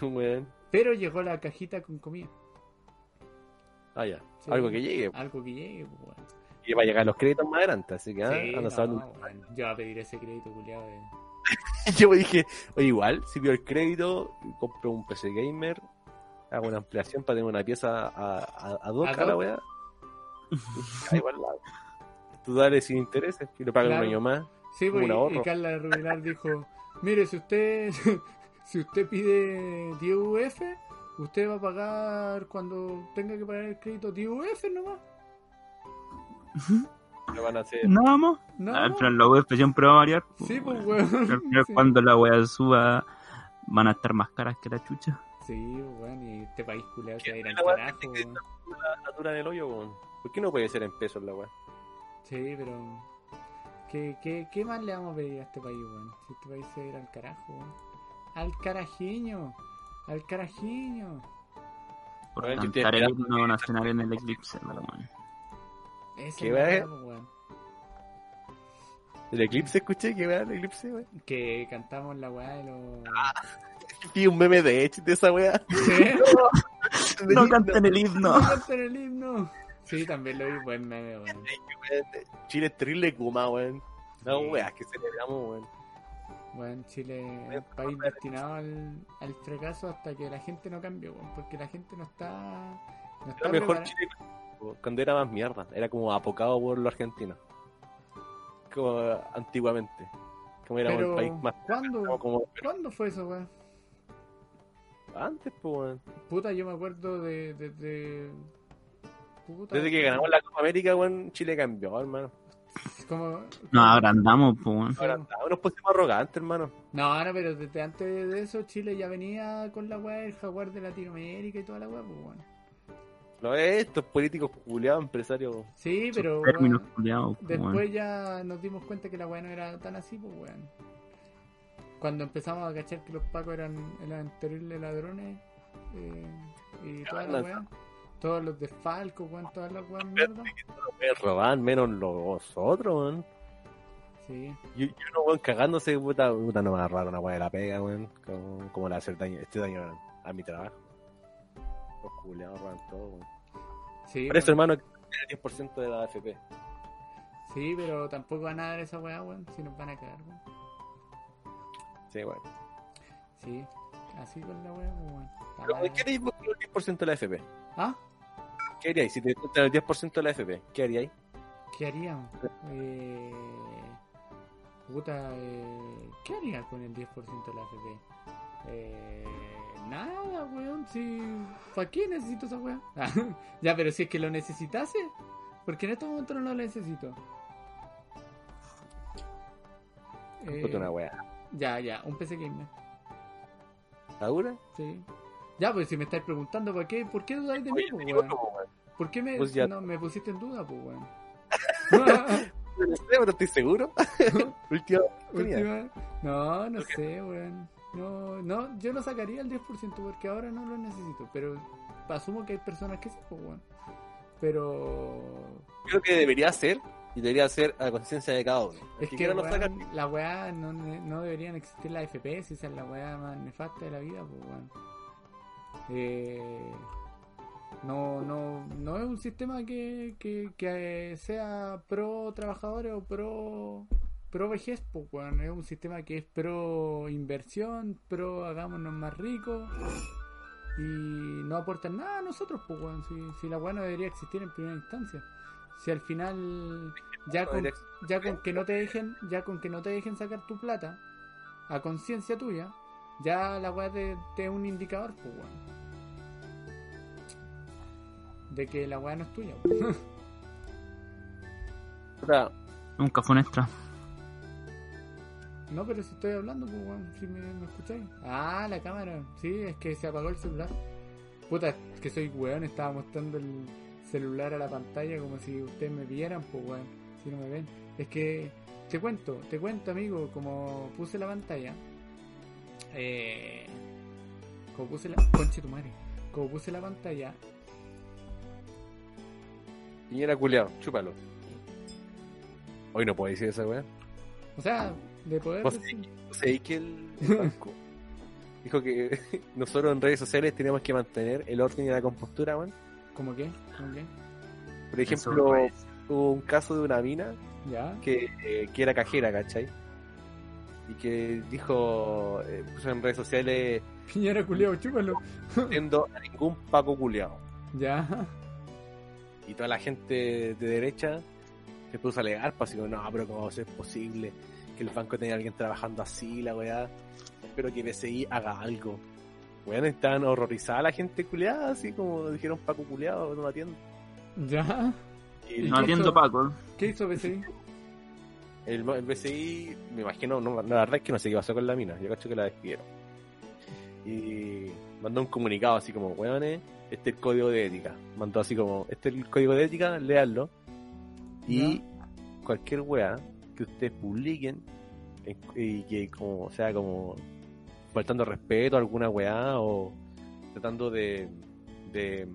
[SPEAKER 1] Weón.
[SPEAKER 2] Pero llegó la cajita con comida.
[SPEAKER 1] Ah, ya.
[SPEAKER 2] Sí.
[SPEAKER 1] Algo que llegue.
[SPEAKER 2] Algo que llegue, pues, weón.
[SPEAKER 1] Y va a llegar los créditos más adelante, así que ah,
[SPEAKER 2] Sí,
[SPEAKER 1] a
[SPEAKER 2] no,
[SPEAKER 1] nosotros.
[SPEAKER 2] weón. Yo voy a pedir ese crédito culiado de...
[SPEAKER 1] *laughs* Yo dije, oye, igual, si vio el crédito, compro un PC Gamer, hago una ampliación para tener una pieza a, a, a dos
[SPEAKER 2] ¿A
[SPEAKER 1] caras,
[SPEAKER 2] dos? *laughs*
[SPEAKER 1] weón. Ah, igual, la- tú dale sin intereses y lo pagas
[SPEAKER 2] Claro.
[SPEAKER 1] un año más.
[SPEAKER 2] Sí,
[SPEAKER 1] Como
[SPEAKER 2] pues,
[SPEAKER 1] un
[SPEAKER 2] y,
[SPEAKER 1] ahorro.
[SPEAKER 2] y Carla Rubilar dijo, mire, si usted *laughs* si usted pide 10 UF, usted va a pagar cuando tenga que pagar el crédito 10 UF nomás.
[SPEAKER 1] Lo van a hacer.
[SPEAKER 3] No vamos.
[SPEAKER 2] No,
[SPEAKER 3] Ah,
[SPEAKER 2] no.
[SPEAKER 3] pero la web siempre va a variar. po,
[SPEAKER 2] Sí, pues,
[SPEAKER 3] *laughs* weón. Al
[SPEAKER 2] weón.
[SPEAKER 3] final,
[SPEAKER 2] Sí.
[SPEAKER 3] Cuando la wea suba, van a estar más caras que la chucha.
[SPEAKER 2] Sí, pues, weón, y este país culeado se va a ir al
[SPEAKER 1] la weá
[SPEAKER 2] carajo,
[SPEAKER 1] que-
[SPEAKER 2] weón.
[SPEAKER 1] la altura en el hoyo, weón. ¿Por qué no puede ser en pesos la weá?
[SPEAKER 2] Sí, pero... ¿qué, qué, ¿Qué más le vamos a pedir a este país, weón? Si este país se va a ir al carajo, weón. Al carajiño, al carajiño.
[SPEAKER 3] Por
[SPEAKER 1] Weón, yo estoy
[SPEAKER 3] cantar el
[SPEAKER 1] esperando
[SPEAKER 3] himno nacional en el eclipse, po, weón.
[SPEAKER 2] Esa
[SPEAKER 1] ¿Qué
[SPEAKER 2] es la
[SPEAKER 1] va?
[SPEAKER 2] weá, pues, weón.
[SPEAKER 1] El eclipse, escuché que weá, *laughs* el eclipse, weón.
[SPEAKER 2] Que cantamos la weá de los...
[SPEAKER 3] Ah.
[SPEAKER 2] *laughs*
[SPEAKER 1] Vi un meme de Edge de esa weá.
[SPEAKER 2] ¿Sí?
[SPEAKER 3] No canten el himno.
[SPEAKER 2] cantan el himno. Sí, también lo vi, buen meme, weón.
[SPEAKER 1] Chile es eh, terrible Kuma, weón. No,
[SPEAKER 2] Sí.
[SPEAKER 1] weá, que celebramos, weón.
[SPEAKER 2] Bueno, Chile es
[SPEAKER 1] Bueno,
[SPEAKER 2] un país
[SPEAKER 1] bueno.
[SPEAKER 2] destinado al, al fracaso hasta que la gente no cambie, weón, porque la gente no está. No está
[SPEAKER 1] Era mejor
[SPEAKER 2] preparada.
[SPEAKER 1] Chile cuando era más mierda. Era como apocado por los argentinos. Como eh, antiguamente. Como era
[SPEAKER 2] Pero,
[SPEAKER 1] un país más.
[SPEAKER 2] ¿cuándo,
[SPEAKER 1] Como, como
[SPEAKER 2] ¿cuándo fue eso, weón?
[SPEAKER 1] antes, pues, weón.
[SPEAKER 2] Puta, yo me acuerdo de. de, de- Puta,
[SPEAKER 1] Desde que ganamos la Copa América, weón, Chile cambió, hermano.
[SPEAKER 2] como-
[SPEAKER 3] Nos agrandamos, pues, weón.
[SPEAKER 1] Ahora andamos, nos pusimos arrogantes, hermano.
[SPEAKER 2] No, no, pero desde antes de eso Chile ya venía con la weá del jaguar de Latinoamérica y toda la weá, pues bueno.
[SPEAKER 1] No es estos políticos culiados, empresarios.
[SPEAKER 2] Sí, pero
[SPEAKER 3] Esos términos
[SPEAKER 2] weón,
[SPEAKER 3] culiados, pues, weón.
[SPEAKER 2] después ya nos dimos cuenta que la weá no era tan así, pues weón. Cuando empezamos a cachar que los pacos eran, eran terribles ladrones eh, y toda la weá. Todos los desfalcos, weón, todas las weas mierda.
[SPEAKER 1] Me roban menos los otros, weón.
[SPEAKER 2] Sí.
[SPEAKER 1] Yo, yo no, weón, cagándose, puta, puta, no me agarraron una weá de la pega, weón. Como, como le hacer daño, este daño a, a mi trabajo. Los culiados roban todo, weón.
[SPEAKER 2] Sí,
[SPEAKER 1] Por eso,
[SPEAKER 2] weón.
[SPEAKER 1] hermano, el 10% de la AFP.
[SPEAKER 2] sí, pero tampoco van a dar esa weá, weón, si nos van a cagar, weón.
[SPEAKER 1] Sí, weón.
[SPEAKER 2] Sí, así con la weá, pues weón.
[SPEAKER 1] Pero, weón, ¿Qué haríais vos con el 10% de la AFP?
[SPEAKER 2] ¿Ah?
[SPEAKER 1] ¿Qué haríais si te quitan el 10% de la AFP? ¿Qué haríais?
[SPEAKER 2] ¿Qué harían? Eh, puta, eh, ¿qué haría con el 10% de la AFP? Eh, nada, weón, si... ¿Para qué necesito esa weá? *laughs* ya, pero si es que lo necesitase, porque en este momento no lo necesito. Eh,
[SPEAKER 1] Puta una weá.
[SPEAKER 2] ya, ya, un PC Gamer,
[SPEAKER 1] ¿Está dura?
[SPEAKER 2] sí. Ya, pues si me estáis preguntando, ¿por qué, ¿por qué dudáis de mí,
[SPEAKER 1] Oye,
[SPEAKER 2] pues,
[SPEAKER 1] digo,
[SPEAKER 2] weón?
[SPEAKER 1] como, weón.
[SPEAKER 2] ¿Por qué me,
[SPEAKER 1] Pues ya-
[SPEAKER 2] no, me pusiste en duda, pues,
[SPEAKER 1] *laughs*
[SPEAKER 2] weón?
[SPEAKER 1] No sé, pero estoy seguro. *laughs* Última oportunidad.
[SPEAKER 2] Última- No, no sé, weón. No, no, yo no sacaría el 10% porque ahora no lo necesito, pero asumo que hay personas que sí, pues, weón. Pero
[SPEAKER 1] creo que debería ser y debería ser a conciencia de cada uno. El
[SPEAKER 2] es que,
[SPEAKER 1] quiera lo
[SPEAKER 2] weón,
[SPEAKER 1] saca,
[SPEAKER 2] la weá no, no deberían existir las FPS, esa es la weá más nefasta de la vida, pues, weón. Eh, no, no, no es un sistema que, que, que sea pro trabajadores o pro, pro vejez, pues, weón. Es un sistema que es pro inversión, pro hagámonos más ricos y no aportan nada a nosotros, pues, weón. Si, si la weá no debería existir en primera instancia. Si al final, ya
[SPEAKER 1] no
[SPEAKER 2] con,
[SPEAKER 1] debería
[SPEAKER 2] ya con que no te dejen, ya con que no te dejen sacar tu plata, a conciencia tuya, ya la weá te, te es un indicador, pues, weón de que la weá no es tuya. weón.
[SPEAKER 1] o sea,
[SPEAKER 3] Nunca fue nuestra.
[SPEAKER 2] No, pero si estoy hablando, pues weón, si me, me escucháis. Ah, la cámara. Sí, es que se apagó el celular. Puta, es que soy weón, estaba mostrando el celular a la pantalla como si ustedes me vieran, pues weón. Si no me ven. Es que te cuento, te cuento, amigo, como puse la pantalla. Eh, como puse la. Conche tu madre. Como puse la pantalla,
[SPEAKER 1] Piñera culeado, chúpalo. Hoy no puedo decir esa weá.
[SPEAKER 2] o sea, de poder.
[SPEAKER 1] Pues
[SPEAKER 2] decir-
[SPEAKER 1] O sea, y que el el banco dijo que *laughs* nosotros en redes sociales teníamos que mantener el orden y la compostura, weón.
[SPEAKER 2] ¿Cómo qué? ¿Cómo qué?
[SPEAKER 1] Por ejemplo, hubo un caso de una mina
[SPEAKER 2] ¿Ya? *laughs*
[SPEAKER 1] que, eh, que era cajera, ¿cachai? Y que dijo, eh, puso en redes sociales,
[SPEAKER 2] Piñera culiao, chúpalo.
[SPEAKER 1] siendo a ningún paco culeado.
[SPEAKER 2] Ya.
[SPEAKER 1] y toda la gente de derecha se puso a alegar, pues así como, no, pero cómo es posible que el banco tenga a alguien trabajando así, la weá, espero que BCI haga algo. Weón, estaban horrorizada la gente culeada, así como dijeron Paco culeado, no atiendo.
[SPEAKER 2] Ya.
[SPEAKER 1] Y
[SPEAKER 3] No
[SPEAKER 1] el,
[SPEAKER 3] atiendo Paco.
[SPEAKER 2] ¿Qué hizo BCI?
[SPEAKER 1] el- el BCI, me imagino, no, la verdad es que no sé qué pasó con la mina, yo cacho que la despidieron. Y mandó un comunicado así como, weones, este es el código de ética. Mandó así como, este es el código de ética, leanlo. Y cualquier weá que ustedes publiquen en- y que como sea como faltando respeto a alguna weá o tratando de, de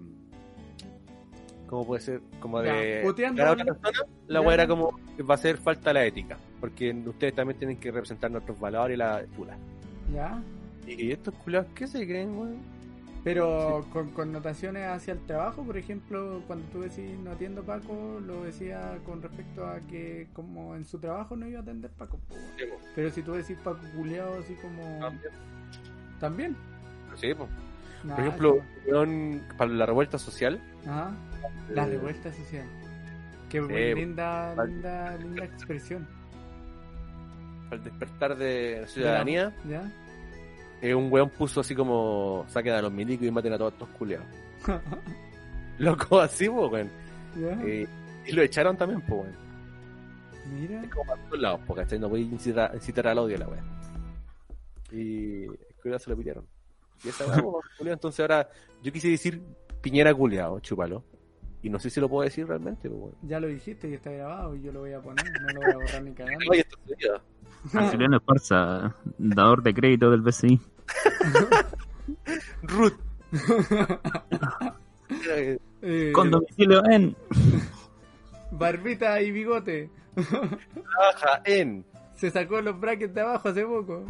[SPEAKER 1] ¿cómo puede ser? como
[SPEAKER 2] Ya,
[SPEAKER 1] de
[SPEAKER 2] puteando
[SPEAKER 1] a otra
[SPEAKER 2] al-
[SPEAKER 1] persona, la
[SPEAKER 2] ya.
[SPEAKER 1] weá era como va a ser falta a la ética porque ustedes también tienen que representar nuestros valores y la chula
[SPEAKER 2] Ya.
[SPEAKER 1] y estos culados ¿qué se creen weón?
[SPEAKER 2] Pero con connotaciones hacia el trabajo, por ejemplo, cuando tú decís no atiendo Paco, lo decía con respecto a que como en su trabajo no iba a atender Paco. po, weón.
[SPEAKER 1] Sí, po.
[SPEAKER 2] Pero si tú decís Paco culeado, así como...
[SPEAKER 1] También.
[SPEAKER 2] También.
[SPEAKER 1] Sí, po.
[SPEAKER 2] Nah,
[SPEAKER 1] Por ejemplo,
[SPEAKER 2] Ah, sí.
[SPEAKER 1] weón, para la revuelta social.
[SPEAKER 2] Ajá. La
[SPEAKER 1] eh,
[SPEAKER 2] revuelta social. Qué
[SPEAKER 1] Sí, pues,
[SPEAKER 2] buen-
[SPEAKER 1] po.
[SPEAKER 2] linda,
[SPEAKER 1] Vale.
[SPEAKER 2] linda, linda expresión.
[SPEAKER 1] Al despertar de la ciudadanía,
[SPEAKER 2] ¿Ya? *laughs*
[SPEAKER 1] eh, un weón puso así como saquen a los milicos y maten a todos estos culiados. *laughs* Loco, así, po, weón.
[SPEAKER 2] ¿Ya?
[SPEAKER 1] Eh, y lo echaron también, po, weón.
[SPEAKER 2] Mira.
[SPEAKER 1] Es como para todos lados, po, ¿cachai? No voy a incitar, incitar al odio la weá. Y el culiao se lo pidieron. Y esa *laughs* weá, po, culiao, entonces ahora yo quise decir Piñera culiao, chúpalo. Y no sé si lo puedo decir realmente, po, weón.
[SPEAKER 2] Ya lo dijiste y está grabado y yo lo voy a poner, no lo voy a borrar ni cagando.
[SPEAKER 1] Oye, esto se queda.
[SPEAKER 3] Maximiliano Esparza, dador de crédito del BCI.
[SPEAKER 1] Ruth. *laughs* Era que-
[SPEAKER 2] Eh,
[SPEAKER 3] Con domicilio en.
[SPEAKER 2] Barbita y bigote.
[SPEAKER 1] trabaja en.
[SPEAKER 2] Se sacó los brackets de abajo hace poco.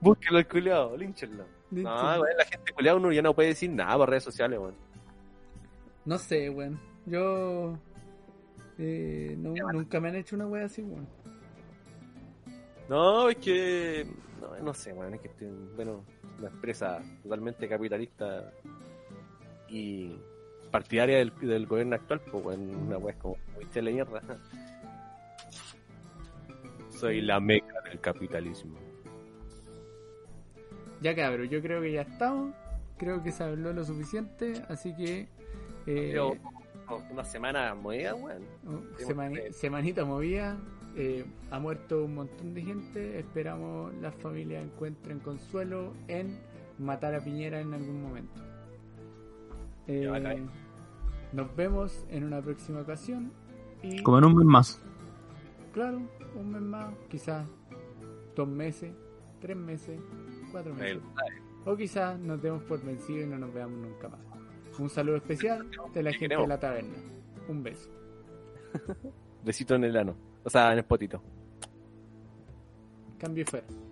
[SPEAKER 1] Búsquenlo al culiao, línchenlo.
[SPEAKER 2] Dicho.
[SPEAKER 1] No, weón, la gente culiao uno ya no puede decir nada por redes sociales, weón.
[SPEAKER 2] No sé, weón. Yo. eh, no- nunca me han hecho una wea así, weón.
[SPEAKER 1] No, es que. No, no sé, weón. Es que estoy, bueno, una empresa totalmente capitalista y partidaria del, del gobierno actual, pues, weón. Una weá es como, viste la mierda. *laughs* Soy la meca del capitalismo.
[SPEAKER 2] Ya cabrón, yo creo que ya estamos. Creo que se habló lo suficiente, así que. eh,
[SPEAKER 1] Pero, Oh, una semana movida, weón.
[SPEAKER 2] Uh, semani- semanita movida, eh, ha muerto un montón de gente, esperamos las familias encuentren consuelo en matar a Piñera en algún momento. Eh,
[SPEAKER 1] Ya, bacán.
[SPEAKER 2] nos vemos en una próxima ocasión y
[SPEAKER 3] Como en un mes más.
[SPEAKER 2] claro, un mes más, quizás dos meses, tres meses, cuatro meses. O quizás nos demos por vencidos y no nos veamos nunca más. Un saludo especial de la
[SPEAKER 1] Te
[SPEAKER 2] gente de
[SPEAKER 1] queremos.
[SPEAKER 2] la taberna. Un beso.
[SPEAKER 1] Besito en el ano. O sea, en el potito.
[SPEAKER 2] Cambio y fuera.